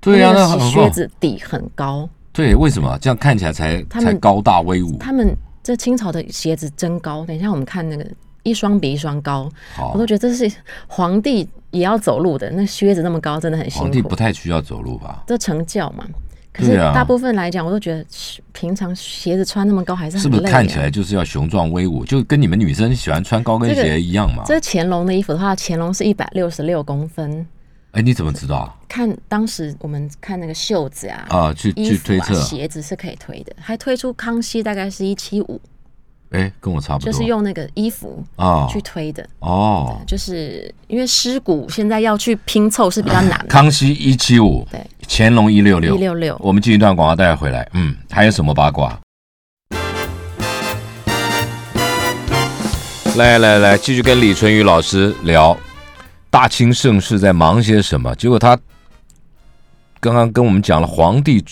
B: 对呀、
C: 因为
B: 那
C: 那
B: 很
C: 个
B: 厚
C: 靴子底很高，
B: 对，为什么这样看起来才
C: 他
B: 才
C: 们
B: 高大威武？
C: 他们这清朝的鞋子真高。等一下我们看那个一双比一双高，
B: 好
C: 我都，觉得这是皇帝也要走路的，那靴子那么高，真的很辛
B: 皇帝
C: 苦
B: 不。太需要走路吧？
C: 这成教嘛。可
B: 对
C: 是
B: 啊
C: 大部分来讲，我都觉得呃平常鞋子穿那么高还是
B: 是
C: 很
B: 不
C: 累、
B: 是
C: 啊。
B: 看起来就是要雄壮威武，就跟你们女生喜欢穿高跟
C: 这个
B: 鞋一样嘛？
C: 这乾隆的衣服的话，乾隆是一百六十六公分。
B: 哎，你怎么知道啊
C: 看当时我们看那个袖子啊、
B: 啊？去
C: 衣
B: 去
C: 服
B: 推
C: 啊、
B: 测，
C: 鞋子是可以推的，还推出康熙大概是一七五，
B: 哎，跟我差不
C: 就是
B: 多
C: 用那个衣服
B: 啊
C: 去推的，
B: 哦。
C: 就是因为尸骨现在要去拼凑是比较难的。
B: 康熙一七五，
C: 对，
B: 乾隆一六六，
C: 166
B: 我们进一段广告带回来，嗯，还有什么八卦？来来来，继续跟李淳于老师聊大清盛世在忙些什么。结果他刚刚跟我们讲了皇帝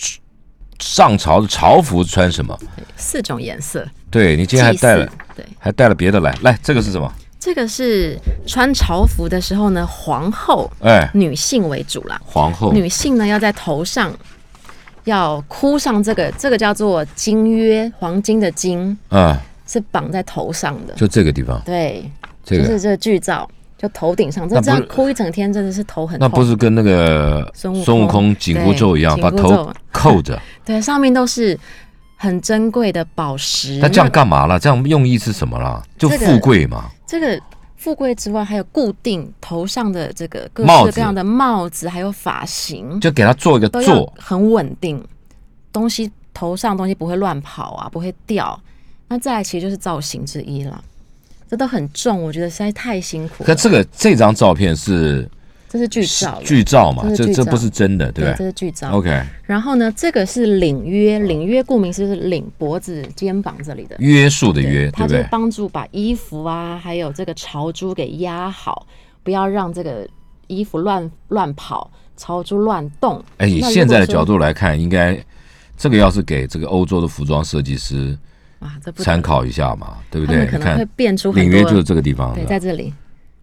B: 上朝的朝服穿什么，
C: 四种颜色，
B: 对你今天还
C: 祭祀
B: 带了
C: 对，
B: 还带了别的来，来这个是什么？
C: 这个是穿朝服的时候呢，皇后
B: 哎，哦
C: 女性为主啦，
B: 皇后，
C: 女性呢要在头上要箍上这个，这个叫做金钺，黄金的金
B: 嗯，
C: 是绑在头上的。
B: 就这个地方，
C: 对，
B: 这
C: 就
B: 个
C: 是这剧照，就头顶上，这
B: 那不
C: 这
B: 是
C: 样哭一整天真的是头很
B: 那
C: 痛。
B: 不是跟那个
C: 孙悟空
B: 孙悟空紧箍咒一样，
C: 对
B: 把
C: 紧箍咒
B: 头扣着？
C: 对，上面都是很珍贵的宝石。
B: 那这样干嘛了？这样用意是什么啦？就
C: 嗯这个
B: 富贵嘛。
C: 这个富贵之外，还有固定头上的这个各
B: 帽子
C: 式各样的帽子，还有发型，
B: 就给他做一个
C: 都要
B: 座，
C: 很稳定，东西头上东西不会乱跑啊，不会掉。那再来其实就是造型之一了，这都很重，我觉得实在太辛苦
B: 可
C: 了。
B: 这个这张照片是
C: 这是剧照了，
B: 剧照嘛？
C: 这是
B: 这
C: 剧
B: 这
C: 照
B: 不是真的，对
C: 对，
B: 不
C: 这
B: 对
C: 是剧照。
B: ？OK，
C: 然后呢，这个是领约，领约顾名思义是领脖子、肩膀这里的，
B: 约束的约，对
C: 它
B: 不
C: 就是
B: 对？
C: 帮助把衣服啊，还有这个朝珠给压好，不要让这个衣服乱乱跑，朝珠乱动。
B: 哎，以
C: 那如
B: 现在的
C: 果说
B: 角度来看，应该这个要是给这个欧洲的服装设计师
C: 啊，这不
B: 参，考一下嘛，对不
C: 他们
B: 对？
C: 可
B: 你
C: 能会
B: 看，
C: 变出很
B: 领
C: 多。
B: 约就是这个地方
C: 对，在
B: 的
C: 这里，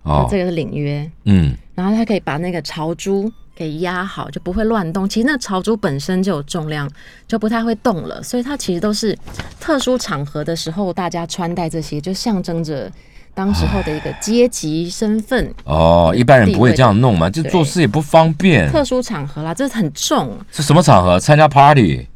B: 哦
C: 这，个是领约，
B: 嗯，
C: 然后它可以把那个朝珠给压好，就不会乱动。其实那朝珠本身就有重量，就不太会动了，所以它其实都是特殊场合的时候大家穿戴这些，就象征着当时候的一个阶级身份。
B: 哦，一般人不会这样弄嘛，就
C: 对
B: 做事也不方便。
C: 特殊场合啦，这很重。
B: 是什么场合？参加 party，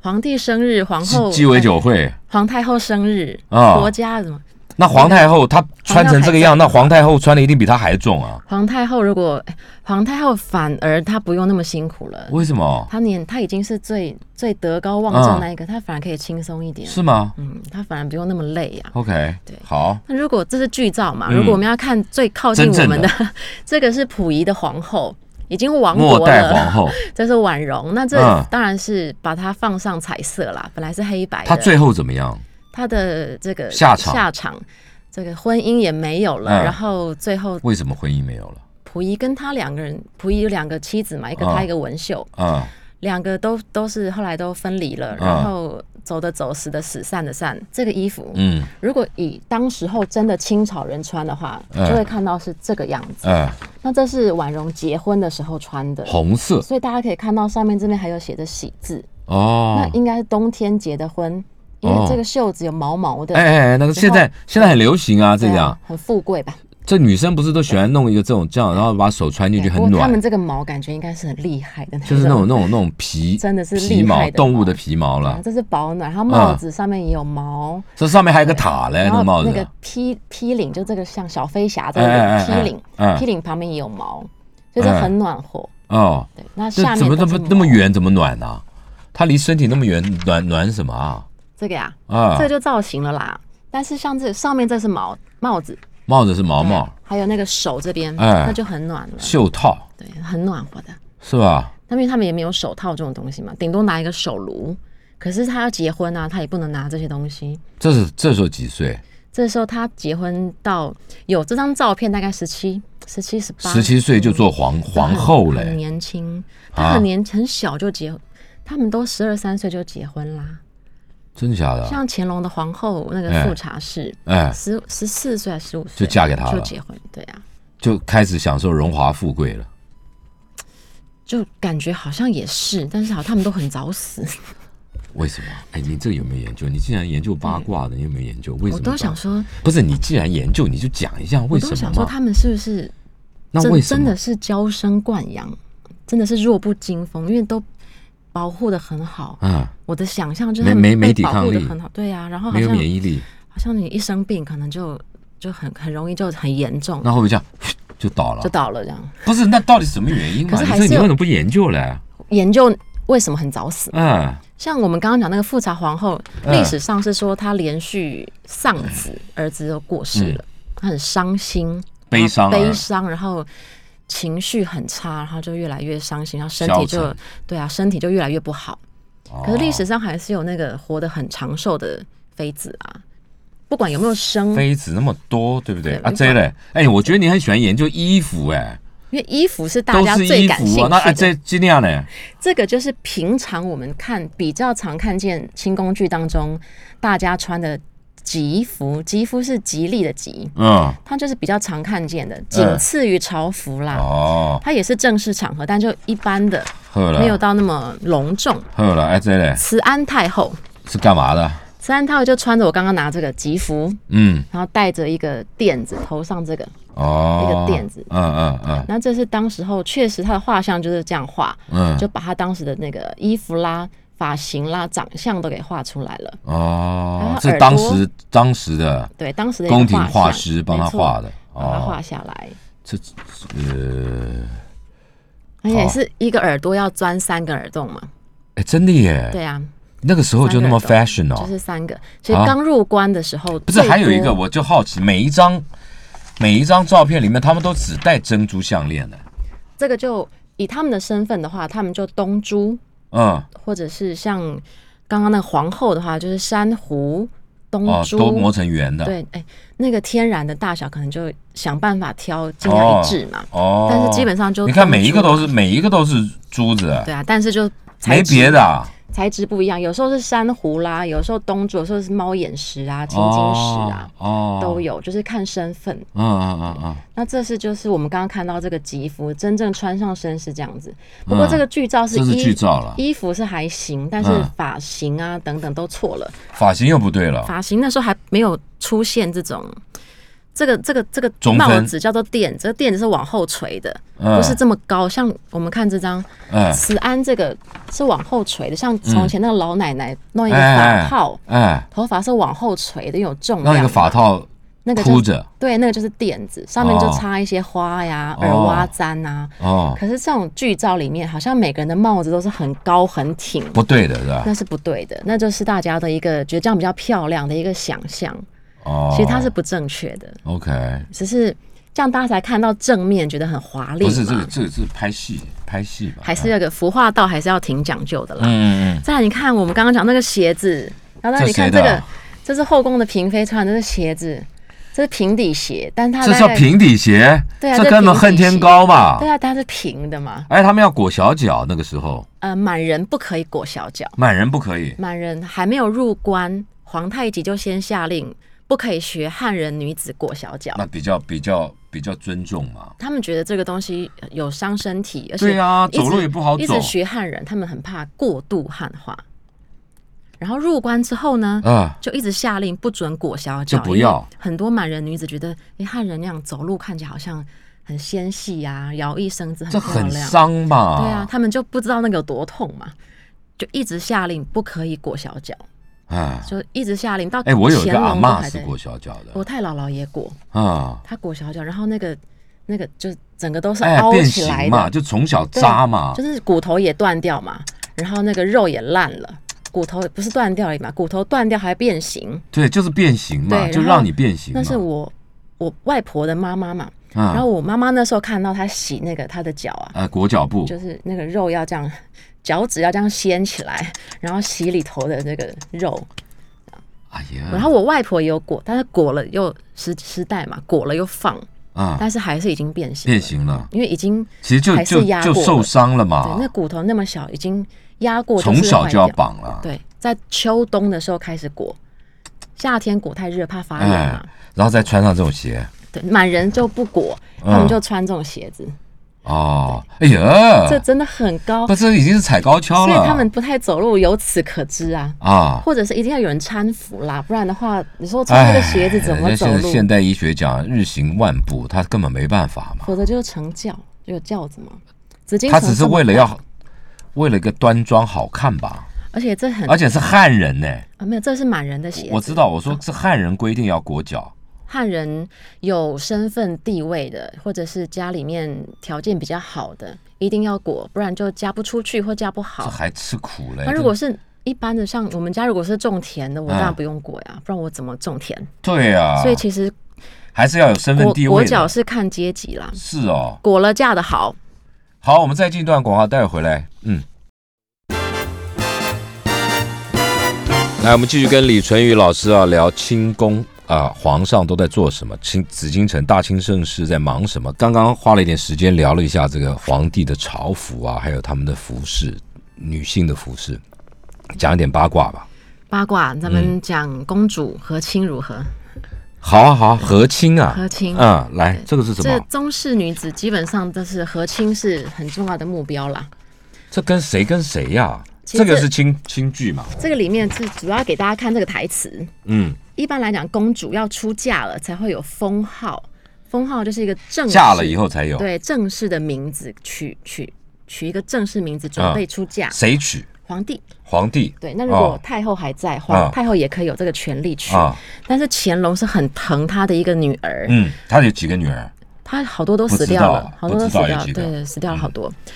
C: 皇帝生日，皇后哎
B: 鸡鸡尾酒会。
C: 皇太后生日，
B: 啊
C: 国家什么？
B: 那皇太后她穿成这个样，
C: 皇太后
B: 那皇太后
C: 还重
B: 穿的一定比她还重啊？
C: 皇太后如果哎皇太后反而她不用那么辛苦了，
B: 为什么？
C: 她年她已经是最最德高望重
B: 嗯
C: 那一个，她反而可以轻松一点。
B: 是吗
C: 嗯，他反而不用那么累啊呀、
B: ？OK，
C: 对
B: 好，
C: 那如果这是剧照嘛，
B: 嗯
C: 如果我们要看最靠近
B: 真正
C: 我们的， 这个是溥仪的皇后，已经亡
B: 末
C: 国哎
B: 代
C: 了。
B: 皇后，
C: 这是婉容，那这
B: 嗯
C: 当然是把它放上彩色啦，本来是黑白的。
B: 她最后怎么样？
C: 她的这个
B: 下场
C: 下场，这个婚姻也没有了，
B: 嗯
C: 然后最后
B: 为什么婚姻没有了？
C: 溥仪跟他两个人，溥仪有两个妻子嘛，一个
B: 啊
C: 他一个文秀，
B: 啊
C: 两个都都是后来都分离了，
B: 嗯
C: 然后走的走，死的死，散的散。这个衣服，
B: 嗯
C: 如果以当时候真的清朝人穿的话，
B: 嗯
C: 就会看到是这个样子。
B: 呃，
C: 那这是婉容结婚的时候穿的，
B: 红色
C: 所以大家可以看到上面这边还有写着“喜”字，
B: 哦
C: 那。应该是冬天结的婚，因
B: 哦
C: 为这个袖子有毛毛的，
B: 哎哎，哎那个现在现在很流行啊，这
C: 对啊
B: 样，
C: 很富贵吧？
B: 这女生不是都喜欢弄一个这种这样，然后把手穿进去
C: 啊不
B: 很
C: 过他
B: 暖
C: 们，这个毛感觉应该是很厉害的那种，
B: 就是那种那种那种皮，
C: 真的是
B: 皮
C: 厉
B: 毛
C: 害的
B: 动物
C: 毛
B: 的皮毛
C: 啊
B: 了。
C: 这是保暖，然后帽子上面也有毛，
B: 这上面还有个塔嘞，
C: 然
B: 嗯哎那
C: 后
B: 帽
C: 那
B: 子
C: 个。披披领就这个像小飞侠这
B: 哎哎
C: 个
B: 哎哎
C: 披领
B: 嗯，
C: 披领旁边也有毛，就是很暖和。
B: 哦，
C: 对，那
B: 这
C: 下面
B: 怎么那
C: 都是
B: 么
C: 毛
B: 那么？远？怎么暖呢、它离身体那么远，暖暖什么啊？
C: 这个呀，
B: 啊
C: 这，个就造型了啦。但是像这上面这是毛帽子，
B: 帽子是毛毛
C: 对，还有那个手这边，
B: 哎
C: 那就很暖了，
B: 袖套
C: 对，很暖和的。
B: 是吧？
C: 那因为他们也没有手套这种东西嘛，顶多拿一个手炉。可是他要结婚啊，他也不能拿这些东西。
B: 这是这时候几岁？
C: 这时候他结婚到有这张照片，大概十七、十七、十八、嗯
B: 十七岁就做皇皇后
C: 很很
B: 嘞，
C: 年轻，
B: 啊
C: 他很年、很小就结，他们都十二三岁就结婚啦。
B: 真的假的？
C: 像乾隆的皇后那个
B: 哎
C: 富察氏，
B: 哎，
C: 十十四岁还是十五岁啊
B: 就嫁给他了
C: 就结婚，对啊，
B: 就开始享受荣华富贵了。
C: 就感觉好像也是，但是好像他们都很早死，
B: 为什么？哎，你这个有没有研究？你既然研究八卦的，你有没有研究？为什
C: 嗯我
B: 么？
C: 都想，说，
B: 不是你既然研究，你就讲一下
C: 我
B: 为
C: 都
B: 什么
C: 想说
B: 嘛？
C: 他们是不是
B: 那为
C: 真
B: 什
C: 真
B: 么
C: 的？是娇生惯养，真的是弱不禁风，因为都保护的很好。
B: 啊，
C: 我的想象就
B: 没
C: 是他们
B: 没没
C: 被
B: 抵
C: 保
B: 抗
C: 护得
B: 力
C: 很好，对呀、然后好
B: 没有
C: 像
B: 免疫力，
C: 好像你一生病，可能就就很很容易就很严重，
B: 那会不会这样 就倒了
C: 就？倒了这样。
B: 不是，那到底什么原因嘛？
C: 可是
B: 你
C: 还
B: 说
C: 是
B: 你为
C: 有
B: 什么不研究嘞？
C: 研究为什么很早死？
B: 嗯，
C: 像我们刚刚讲那个富察皇后，
B: 嗯
C: 历史上是说她连续丧子，儿子都过世了，她很伤心，
B: 嗯悲伤啊
C: 然后悲伤，然后情绪很差，然后就越来越伤心，然后身体
B: 消
C: 就
B: 沉哦
C: 对啊，身体就越来越不好。可是历史上还是有那个活得很长寿的妃子啊，不管有没有生，
B: 妃子那么多，对不对？
C: 对
B: 啊，
C: 没
B: 这
C: 法
B: 嘞，哎，我觉得你很喜欢研究衣服，哎，
C: 因为衣服是大
B: 都
C: 家
B: 是
C: 最
B: 衣
C: 感兴
B: 服
C: 趣
B: 啊。
C: 的。
B: 那啊，这尽量嘞，
C: 这个就是平常我们看比较常看见清宫剧当中大家穿的吉服，吉服是吉利的吉，
B: 嗯，
C: 它就是比较常看见的，仅次于朝服啦。
B: 哦，
C: 它也是正式场合，但就一般的，
B: 喝
C: 没有
B: 了，
C: 到那么隆重。
B: 喝了，哎，这嘞
C: 慈安太后，
B: 是干嘛的？
C: 慈安太后就穿着我刚刚拿这个吉服，
B: 嗯，
C: 然后戴着一个垫子，头上这个，
B: 哦，
C: 一个垫子
B: 嗯嗯嗯
C: 那这是当时候确实她的画像就是这样画，
B: 嗯，
C: 就把她当时的那个衣服啦、发型啦、长相都给画出来了。然
B: 哦
C: 后，
B: 这
C: 耳
B: 当
C: 朵
B: 时当时的
C: 对，当时的一个
B: 宫廷画
C: 画
B: 师
C: 像
B: 帮他
C: 没错
B: 画的，
C: 把它
B: 哦
C: 画，下来，
B: 这呃，
C: 而
B: 哦
C: 且是一个耳朵要钻三个耳洞嘛。
B: 哎，真的耶，
C: 对啊，
B: 那个时候就那么
C: 三个耳
B: fashion 哦
C: 就，是三个。所以
B: 啊
C: 刚入关的时候，
B: 不是，还有一个，我就好奇，每一张每一张照片里面，他们都只戴珍珠项链的，
C: 这个就以他们的身份的话，他们就东珠，
B: 嗯，
C: 或者是像刚刚那个皇后的话，就是珊瑚、东
B: 哦，
C: 珠。
B: 都磨成圆的，，
C: 对，哎，那个天然的大小可能就想办法挑，尽量一致嘛。
B: 哦，
C: 但是基本上就
B: 你看
C: 东珠
B: 每一个都是每一个都是珠子，
C: 对啊，但是就材
B: 没
C: 质
B: 别的啊，
C: 材质不一样，有时候是珊瑚啦，有时候东珠，有时候是猫眼石啊、青金石啊，
B: 哦，哦
C: 都，有，就是看身份。
B: 嗯嗯嗯嗯，
C: 那这是就是我们刚刚看到这个吉服，真正穿上身是这样子。不过这个剧照是
B: 嗯这是
C: 衣
B: 剧照了
C: 衣服是还行，但是
B: 嗯
C: 发型啊等等都错了。
B: 发型又不对了，
C: 发型那时候还没有出现这种。这个这个这个
B: 中分
C: 帽子叫做垫，这个垫子是往后垂的，
B: 嗯
C: 不是这么高。像我们看这张
B: 嗯
C: 慈安这个是往后垂的，像从前那个老奶奶弄一个
B: 哎
C: 发套，
B: 哎，
C: 头发是往后垂的，有重量。
B: 让那个发，套
C: 那个叫
B: 箍着，
C: 对，那个就是垫子，上面就插一些花呀、
B: 哦
C: 耳挖簪啊。
B: 哦，
C: 可是这种剧照里面，好像每个人的帽子都是很高很挺，
B: 不对的是吧？
C: 那是不对的，那就是大家的一个觉得这样比较漂亮的一个想象，
B: 哦，
C: 其实它是不正确的，
B: OK，
C: 只是这样大家才看到正面，觉得很华丽
B: 不
C: 嘛。
B: 是这个嗯这个是拍戏拍戏吧？
C: 还是那个服化道还是要挺讲究的啦。
B: 嗯嗯
C: 再来，你看我们刚刚讲那个鞋子，然后再来你看
B: 这谁
C: 这
B: 的
C: 个
B: 啊，
C: 这是后宫的嫔妃穿的这个鞋子，这是平底鞋，但它
B: 这
C: 大
B: 叫
C: 概
B: 平底鞋，
C: 对啊
B: 这
C: 这
B: 根本
C: 平
B: 恨
C: 底
B: 天
C: 鞋
B: 高嘛
C: 对。啊，它是平的嘛。
B: 哎，他们要裹小脚，那个时候
C: 呃，满人不可以裹小脚，
B: 满人不可以。
C: 满人还没有入关，皇太极就先下令不可以学汉人女子裹小脚。
B: 那比较比较比较尊重嘛。
C: 他们觉得这个东西呃有伤身体，而且
B: 对啊
C: 一直
B: 走路也不好
C: 一
B: 走
C: 直学汉人，他们很怕过度汉化。然后入关之后呢，
B: 啊，
C: 就一直下令不准裹小脚，
B: 就不要
C: 因为很多满人女子觉得，哎，汉人那样走路看起来好像很纤细啊，摇曳身姿
B: 这
C: 很漂
B: 很
C: 亮。
B: 伤嘛。
C: 对啊，他们就不知道那个有多痛嘛，就一直下令不可以裹小脚，
B: 哎，
C: 啊就一直下令到
B: 哎，我有一
C: 乾
B: 个阿
C: 隆都
B: 嬷
C: 还
B: 是
C: 在
B: 裹小脚的
C: 我太姥姥也裹，
B: 啊，
C: 她裹小脚，然后那个那个就整个都是
B: 哎，
C: 凹
B: 变
C: 起来
B: 形
C: 的，
B: 嘛，就从小
C: 对
B: 扎嘛
C: 就。是骨头也断掉嘛，然后那个肉也烂了，骨头不是断掉了嘛，骨头断掉还变形，
B: 对，就是变形嘛，
C: 对
B: 就
C: 然后
B: 让你变形嘛。
C: 那是我我外婆的妈妈嘛，
B: 啊，
C: 然后我妈妈那时候看到她洗那个她的脚啊，
B: 呃，裹脚布
C: 就是那个肉要这样，脚趾要这样掀起来，然后洗里头的那个肉，
B: 哎呀，
C: 然后我外婆也有裹，但是裹了又时时代嘛，裹了又放，
B: 啊，
C: 但是还是已经变形，
B: 变，形了，
C: 因为已经
B: 其实就
C: 还是
B: 就
C: 压
B: 就
C: 过了
B: 受伤了
C: 对
B: 嘛
C: 那，骨头那么小，已经压过，
B: 啊从小就要
C: 绑。
B: 绑了。
C: 对，在秋冬的时候开始裹，夏天裹太热怕发炎
B: 哎
C: 嘛。，
B: 然后再穿上这种鞋
C: 对，满人就不裹，
B: 嗯
C: 他们就穿这种鞋子，
B: 哦，哎呀，
C: 这真的很高
B: 不，，这已经是踩高跷
C: 所以
B: 了。
C: 他们不太走路，由此可知啊。
B: 啊，
C: 或者是一定要有人搀扶啦，不然的话，你说穿这个鞋子怎
B: 哎
C: 么
B: 人家
C: 走
B: 现在
C: 路？
B: 现代医学讲日行万步，他根本没办法嘛，
C: 否则就是成轿，有轿子嘛。紫禁
B: 他
C: 城
B: 只是
C: 这么
B: 为了
C: 大，
B: 要为了一个端庄好看吧，
C: 而且这很
B: 而且是汉人呢、
C: 啊，没有，这是满人的鞋子。
B: 我知道，我说是汉人规定要裹脚，
C: 汉人有身份地位的，或者是家里面条件比较好的，一定要裹，不然就嫁不出去或嫁不
B: 这
C: 好。
B: 还吃苦嘞。
C: 那啊如果是一般的，像我们家如果是种田的，我
B: 嗯
C: 当然不用裹啊呀，不然我怎么种田？
B: 这对啊，
C: 所以其实
B: 还是要有身份
C: 裹
B: 地
C: 裹
B: 位
C: 脚
B: 的。
C: 是看阶级啦，
B: 是哦，
C: 裹了嫁的好，
B: 好，我们再进一段广告，待会儿回来。嗯，来，我们继续跟李淳于老师啊聊清宫啊，皇上都在做什么？清紫禁城大清盛世在忙什么？刚刚花了一点时间聊了一下这个皇帝的朝服啊，还有他们的服饰，女性的服饰，讲一点八卦吧。
C: 八卦，咱们讲公主和亲如何？
B: 好啊，好啊，和亲啊，
C: 和亲
B: 嗯，来，这个是什
C: 这
B: 么？
C: 宗室女子基本上都是和亲是很重要的目标啦。
B: 这跟谁跟谁呀、
C: 其实
B: 这个是清清剧嘛？
C: 这个里面是主要给大家看这个台词。
B: 嗯，
C: 一般来讲，公主要出嫁了才会有封号，封号嗯就是一个正式
B: 嫁了以后才有，
C: 对正式的名字取取取一个正式名字，
B: 啊
C: 准备出嫁、
B: 谁娶？
C: 皇帝。
B: 皇帝
C: 对，那如果
B: 哦
C: 太后还在，皇、
B: 啊
C: 太后也可以有这个权利娶。
B: 啊，
C: 但是乾隆是很疼他的一个女儿，
B: 嗯，他有几个女儿？
C: 他好多都死掉
B: 不知
C: 了
B: 道，
C: 好多都死
B: 不知
C: 掉
B: 道有
C: 了，
B: 几个
C: 对，死掉了好多。
B: 嗯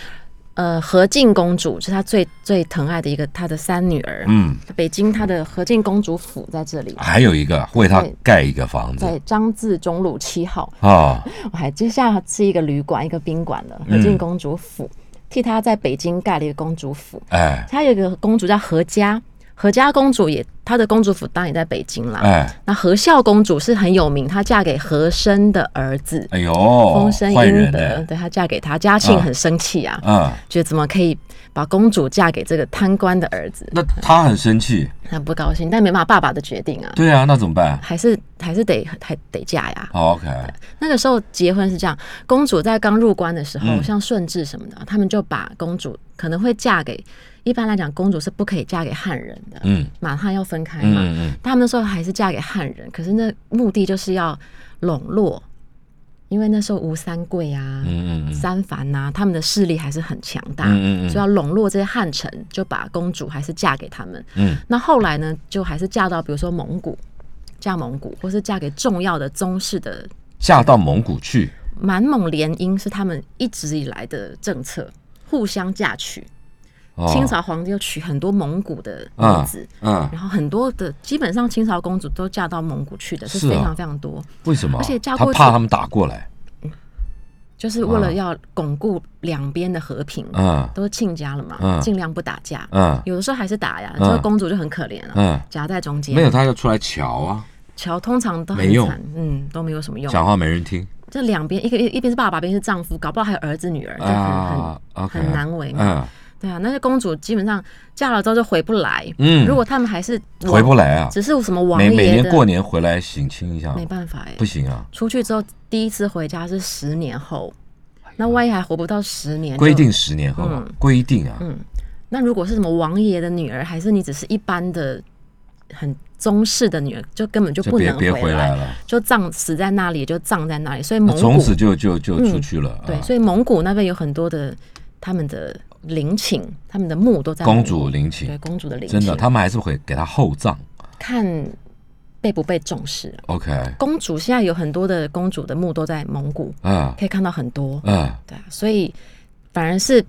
C: 呃，和敬公主是他最最疼爱的一个，他的三女儿。
B: 嗯，哎
C: 北京他的和敬公主府在这里，
B: 还有一个为他
C: 对
B: 盖一个房子
C: 在张自忠路七号。
B: 啊，
C: 我还接下来是一个旅馆，一个宾馆的
B: 嗯
C: 和敬公主府，替她在北京盖了一个公主府。
B: 哎
C: 她有一个公主叫何家，何家公主也她的公主府当然也在北京啦。
B: 哎，
C: 那何孝公主是很有名，她嫁给和珅的儿子。
B: 哎呦，
C: 风声
B: 坏
C: 英
B: 人
C: 德，
B: 呢？
C: 对她嫁给他，嘉庆很生气啊，
B: 啊，
C: 觉得怎么可以把公主嫁给这个贪官的儿子，
B: 那他很生气，
C: 他不高兴，但没办法，爸爸的决定啊，
B: 对啊，那怎么办？
C: 还是还是得还得嫁呀。
B: 好 OK，
C: 那个时候结婚是这样，公主在刚入关的时候，
B: 嗯
C: 像顺治什么的，啊他们就把公主可能会嫁给，一般来讲公主是不可以嫁给汉人的，
B: 嗯
C: 满汉要分开
B: 嗯
C: 嘛。
B: 嗯嗯，
C: 他们那时候还是嫁给汉人，可是那目的就是要笼络，因为那时候吴三桂啊、
B: 嗯嗯
C: 三藩呐、他们的势力还是很强大，
B: 嗯嗯嗯
C: 所以要笼络这些汉臣，就把公主还是嫁给他们。
B: 嗯，
C: 那后来呢，就还是嫁到比如说蒙古，嫁蒙古，或是嫁给重要的宗室的
B: 嫁到蒙古去，
C: 满蒙联姻是他们一直以来的政策，互相嫁娶。
B: 哦
C: 清朝皇帝又娶很多蒙古的女子，
B: 嗯，
C: 然后很多的基本上清朝公主都嫁到蒙古去的，
B: 是
C: 是
B: 啊
C: 非常非常多，
B: 为什么？
C: 而且嫁
B: 他
C: 过去
B: 怕他们打过来，
C: 就是为了要巩固两边的和平，
B: 嗯
C: 都是亲家了嘛，
B: 嗯
C: 尽量不打架。
B: 嗯
C: 有的时候还是打呀，
B: 嗯
C: 这个公主就很可怜了，
B: 嗯
C: 夹在中间。
B: 没有，他要出来瞧啊，
C: 桥通常都很
B: 没用
C: 惨，嗯，都没有什么用。
B: 讲话没人听
C: 这两边，一个一边是爸爸，一边是丈夫，搞不好还有儿子女儿，就很、
B: 啊
C: 很
B: ，OK，
C: 很难为嘛。
B: 嗯
C: 对啊，那些公主基本上嫁了之后就回不来。
B: 嗯，
C: 如果他们还是
B: 回不，来啊，
C: 只是什么王
B: 每
C: 爷的，
B: 每年过年回来省亲一下，
C: 没办法哎、
B: 不行啊，
C: 出去之后第一次回家是十年后，那万一还活不到十年，
B: 哎规定。十年后嘛
C: 嗯，
B: 规定啊，
C: 那如果是什么王爷的女儿，还是你只是一般的很宗室的女儿，就根本就
B: 就
C: 不
B: 别
C: 能
B: 别回
C: 来
B: 了，
C: 就葬死在那里，就葬在那里。所以蒙
B: 从
C: 古嗯
B: 此就就就出去了，
C: 对，
B: 啊
C: 所以蒙古那边有很多的他们的陵寝，他们的墓都在
B: 公
C: 蒙古
B: 主陵
C: 对
B: 寝，
C: 公主的陵寝，
B: 真的，他们还是会给他厚葬
C: 看被不被重视。
B: ，OK，
C: 公主现在有很多的公主的墓都在蒙古，
B: 啊
C: 可以看到很多，
B: 啊
C: 对啊，所以反而是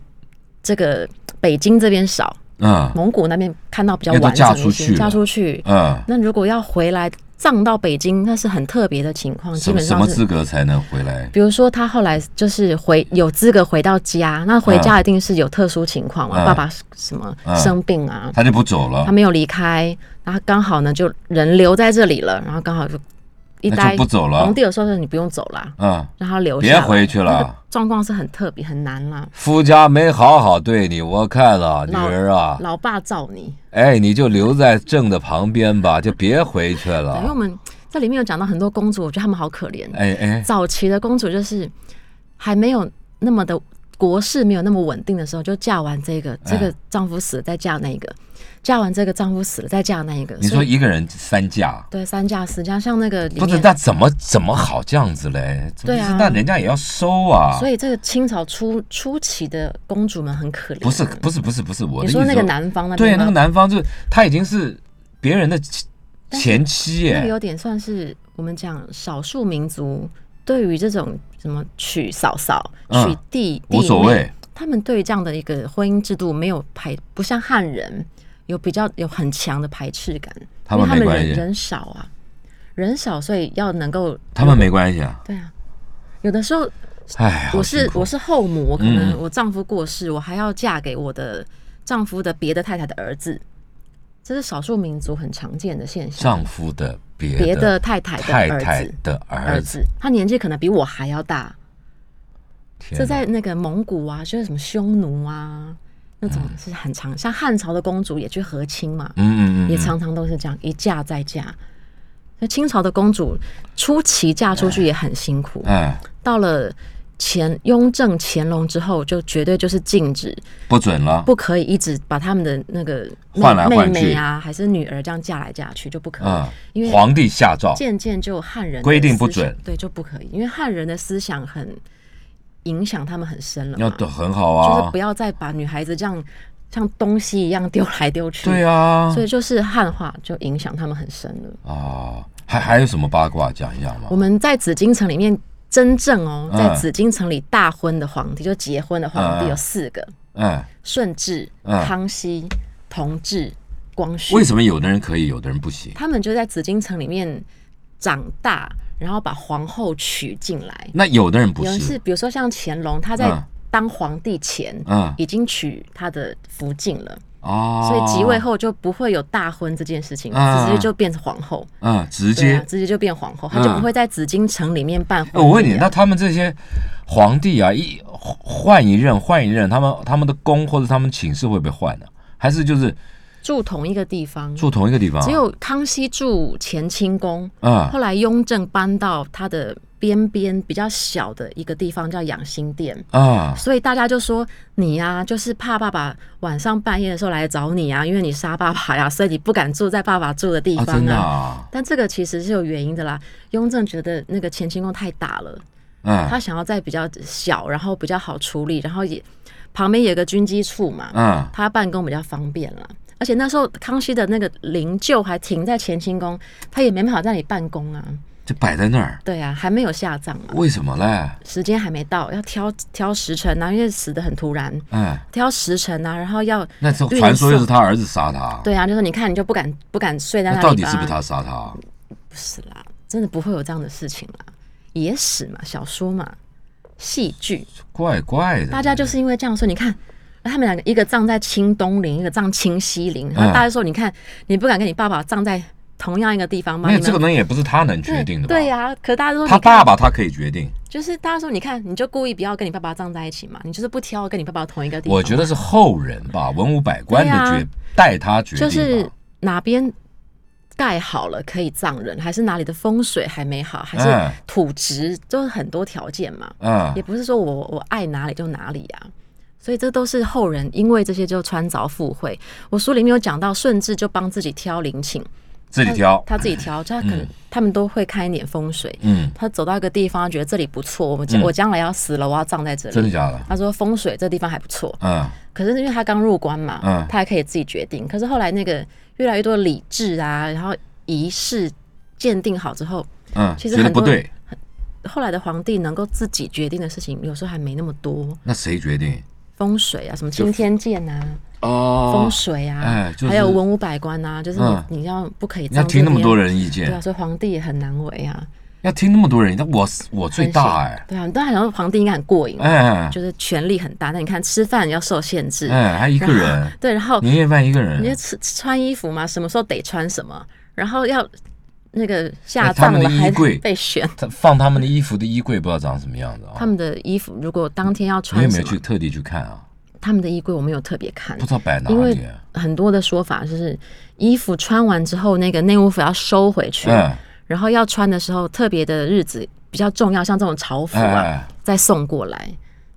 C: 这个北京这边少，
B: 啊
C: 蒙古那边看到比较
B: 因为都
C: 完整
B: 嫁出
C: 一
B: 去
C: 些，
B: 了
C: 嫁出去。
B: 啊，
C: 那如果要回来葬到北京，那是很特别的情况，基
B: 什么
C: 本
B: 什
C: 上
B: 么
C: 是
B: 资格才能回来？
C: 比如说他后来就是回有资格回到家，那回家一定是有特殊情况嘛，
B: 嗯
C: 爸爸什么
B: 嗯
C: 生病啊，
B: 他就不走了
C: 他，没有离开，然后刚好呢就人留在这里了，然后刚好就一
B: 那
C: 待
B: 就不走了
C: 皇帝有时候说你不用走啦，
B: 啊，
C: 让他留下
B: 别
C: 来，
B: 回去
C: 那
B: 了
C: 个。状况是很特别很难啦，
B: 夫家没好好对你，我看了女
C: 老
B: 儿啊，
C: 老爸罩你，
B: 哎，你就留在正的旁边吧，就别回去
C: 对因为我
B: 了。
C: 们这里面有讲到很多公主，我觉得她们好可怜，
B: 哎哎，
C: 早期的公主就是还没有那么的国势没有那么稳定的时候，就嫁完这个，
B: 哎
C: 这个丈夫死了再嫁那个，嫁完这个丈夫死了再嫁那个。
B: 你
C: 所
B: 说
C: 以
B: 一个人三嫁，
C: 对三嫁四嫁，像那个里
B: 不是
C: 面，
B: 那怎么怎么好这样子嘞？怎么
C: 对啊
B: 那人家也要收啊。
C: 所以这个清朝初初期的公主们很可怜。啊
B: 不是不是不是不是我的
C: 你
B: 意
C: 说
B: 思
C: 那
B: 是
C: 个南方那
B: 对啊
C: 边
B: 那
C: 吗
B: 个男方就是他已经是别人的妻前妻
C: 那个
B: 耶，
C: 有点算是我们讲少数民族对于这种什么娶嫂嫂、
B: 嗯
C: 娶弟弟
B: 无所
C: 妹
B: 谓
C: 他们对于这样的一个婚姻制度没有排，不像汉人有比较有很强的排斥感，
B: 他们
C: 因为
B: 没
C: 他
B: 关
C: 们
B: 系
C: 人人少啊，人少，所以要能够
B: 他们没关系啊。
C: 对啊，有的时候
B: 哎，好
C: 我是
B: 辛苦
C: 我是后母，我可能
B: 嗯
C: 我丈夫过世，我还要嫁给我的丈夫的别的太太的儿子，这是少数民族很常见的现象。
B: 丈夫的
C: 别
B: 别
C: 的
B: 的
C: 太太的
B: 太
C: 儿子，
B: 太的儿
C: 儿
B: 子，
C: 子，他年纪可能比我还要大。
B: 天
C: 这
B: 哪
C: 在那个蒙古啊，就是什么匈奴啊，那种
B: 嗯
C: 是很常，像汉朝的公主也去和亲嘛，
B: 嗯嗯嗯
C: 也
B: 嗯，
C: 常常都是这样一嫁再嫁。那清朝的公主初期嫁出去也很辛苦，
B: 哎，
C: 到了乾雍正、乾隆之后，就绝对就是禁止，
B: 不准了，
C: 不可以一直把他们的那个妹
B: 换来
C: 妹
B: 换去
C: 妹啊，还是女儿这样嫁来嫁去就不可以，
B: 嗯
C: 因为
B: 皇帝下诏，
C: 渐渐就汉人的
B: 规定不
C: 思想
B: 准
C: 对，就不可以，因为汉人的思想很影响他们很深了嘛，
B: 要得很好
C: 就是
B: 啊
C: 不，要再把女孩子这样像东西一样丢来丢去，
B: 对、啊
C: 所，以就是汉化就影响他们很深了。
B: 啊，还还有什么八卦讲一下吗
C: 我？们在紫禁城里面真正哦，
B: 嗯
C: 在紫禁城里大婚的皇帝，就结婚的皇帝
B: 嗯
C: 有四个：
B: 嗯，
C: 顺治、
B: 嗯
C: 康熙、同治、光绪。
B: 为什么有的人可以，有的人不行？
C: 他们就在紫禁城里面长大，然后把皇后娶进来。
B: 那有的人不
C: 有人是
B: 是，
C: 比如说像乾隆，他在
B: 嗯
C: 当皇帝前、
B: 嗯
C: 已经娶他的福晋了，
B: 哦，
C: 所以即位，后就不会有大婚这件事情，
B: 嗯
C: 直接就变成皇后，
B: 嗯，直
C: 对
B: 接
C: 啊，。直接就变皇后，他就
B: 嗯
C: 不会在紫禁城里面办婚礼
B: 哎
C: 啊、
B: 我问你，那他们这些皇帝啊，一换换一任换一任，他们他们的宫或者他们寝室会不会换呢、还是就是
C: 住同一个地方？
B: 住同一个地方啊？
C: 只有康熙住乾清宫，
B: 嗯
C: 后来雍正搬到他的边边比较小的一个地方叫养心殿，
B: 啊
C: 所以大家就说你呀、就是怕爸爸晚上半夜的时候来找你啊，因为你杀爸爸呀、所以你不敢住在爸爸住的地
B: 啊，
C: 方
B: 真的
C: 啊。
B: 啊，
C: 但这个其实是有原因的啦。雍正觉得那个乾清宫太大了，他
B: 嗯
C: 想要在比较小，然后比较好处理，然后也旁边有个军机处嘛，
B: 嗯，
C: 他办公比较方便啦。而且那时候康熙的那个灵柩还停在乾清宫，他也没办法在那里办公啊。
B: 就摆在那儿，
C: 对啊，还没有下葬嘛，
B: 为什么嘞？
C: 时间还没到，要挑挑时辰啊，因为死的很突然。
B: 哎，
C: 挑时辰啊，然后要
B: 那时候
C: 运
B: 传说又是
C: 送
B: 他儿子杀他，
C: 对啊，就是你看你就不敢不敢睡在那
B: 那
C: 里
B: 到底是
C: 吧
B: 不是他杀他？
C: 不是啦，真的不会有这样的事情啦，野史嘛，小说嘛，戏剧，
B: 怪怪的，
C: 大家就是因为这样说，你看。他们两
B: 嗯
C: 个，一个葬在清东陵，一个葬清西陵。然后大家说：“你看，你不敢跟你爸爸葬在同样一个地方吗？
B: 没有
C: 你
B: 这
C: 们
B: 个东西也不是他能决
C: 对
B: 定的吧？
C: 对呀、可大家都说
B: 他
C: 你看
B: 爸爸他可以决定，
C: 就是大家说，你看，你就故意不要跟你爸爸葬在一起嘛，你就是不挑跟你爸爸同一个地方。
B: 我觉得是后人吧，文武百官的
C: 对
B: 决
C: 啊
B: 代他决定
C: 就
B: 吧。
C: 是哪边盖好了可以葬人，还是哪里的风水还没好，还
B: 嗯
C: 是土质，就是很多条件嘛，
B: 嗯
C: 也不是说我我爱哪里就哪里啊。所以这都是后人因为这些就穿凿附会。我书里面有讲到，顺治就帮自己挑陵寝，
B: 自己挑，
C: 他自己挑，他可能、他们都会看一点风水。
B: 嗯，
C: 他走到一个地方，觉得这里不错，我们将、
B: 嗯
C: 我将来要死了，我要葬在这里。
B: 真的假的？
C: 他说风水这地方还不错，
B: 嗯
C: 可是因为他刚入关嘛，
B: 嗯
C: 他还可以自己决定。可是后来那个越来越多的理智啊，然后仪式鉴定好之后，
B: 嗯，
C: 其实
B: 觉得
C: 很
B: 不
C: 多
B: 对，
C: 后来的皇帝能够自己决定的事情，有时候还没那么多。
B: 那谁决定？
C: 风水啊，什么青天剑啊，
B: 哦
C: 风，水啊，
B: 哎就是
C: 还有文武百官啊，就是你、
B: 嗯
C: 你要不可以
B: 你要
C: 葬
B: 听那么
C: 这边
B: 多，人意
C: 对啊，
B: 见，
C: 所以皇帝也很难为啊，
B: 要听那么多人意见，我我最大哎
C: 对啊，但好像皇帝应该很过瘾，
B: 哎
C: 就是权力很大。那你看吃饭要受限制，
B: 哎，还一个
C: 然
B: 人
C: 后，对，然 后
B: 年夜饭一个
C: 你就
B: 人，
C: 吃穿衣服嘛，什么时候得穿什么，然后要那个
B: 哎
C: 下
B: 他
C: 葬
B: 们的
C: 了还
B: 衣柜哦
C: 被选。
B: 他放他们的衣服的衣柜不知道长什么样子啊。
C: 他们的衣服如果当天要
B: 你有
C: 穿
B: 没
C: 什
B: 有去
C: 么，
B: 特地去看啊？
C: 他们的衣柜我没有特别看
B: 不，知道摆哪
C: 因为
B: 里啊。
C: 很多的说法就是衣服穿完之后，那个内务服要收回去，
B: 嗯
C: 然后要穿的时候特别的日子比较重要，像这种朝服
B: 哎
C: 啊，
B: 哎，
C: 再送过来。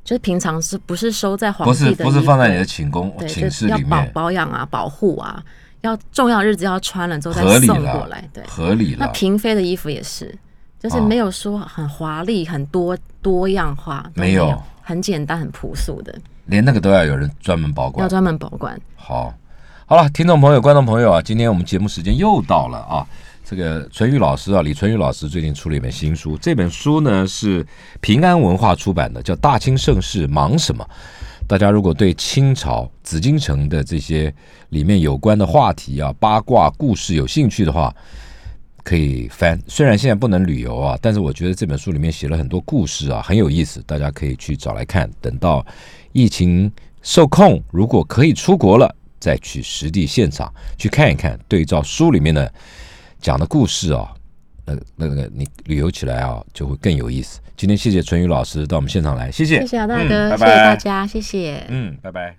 C: 就是平常是不是收在皇
B: 不
C: 帝的
B: 是
C: 衣柜？
B: 不是放在你的寝宫
C: 对，
B: 寝
C: 就是
B: 室
C: 要
B: 里
C: 保
B: 面，
C: 保养啊、保护啊，要重要日子要穿了之后再
B: 合理
C: 送过
B: 了
C: 来。对，，
B: 合理
C: 那
B: 了。
C: 嫔妃的衣服也是，
B: 哦
C: 就是没有说很华丽、很多多样化，都
B: 没有
C: 有，很简单、很朴素的，
B: 连那个都要有人专门保管
C: 要。专门保管。
B: 好，好了，听众朋友、观众朋友啊，今天我们节目时间又到了啊。这个淳于老师啊，李淳于老师最近出了一本新书，这本书呢是平安文化出版的，叫《大清盛世忙什么》。大家如果对清朝紫禁城的这些里面有关的话题啊、八卦故事有兴趣的话，可以翻。虽然现在不能旅游啊，但是我觉得这本书里面写了很多故事啊，很有意思，大家可以去找来看。等到疫情受控，如果可以出国了，再去实地现场去看一看，对照书里面的讲的故事啊，那那个你旅游起来啊，就会更有意思。今天谢谢淳于老师到我们现场来，谢谢，
C: 谢谢啊，大
B: 嗯拜
C: 哥，谢谢大
B: 拜，
C: 家，谢谢。
B: 嗯，拜拜。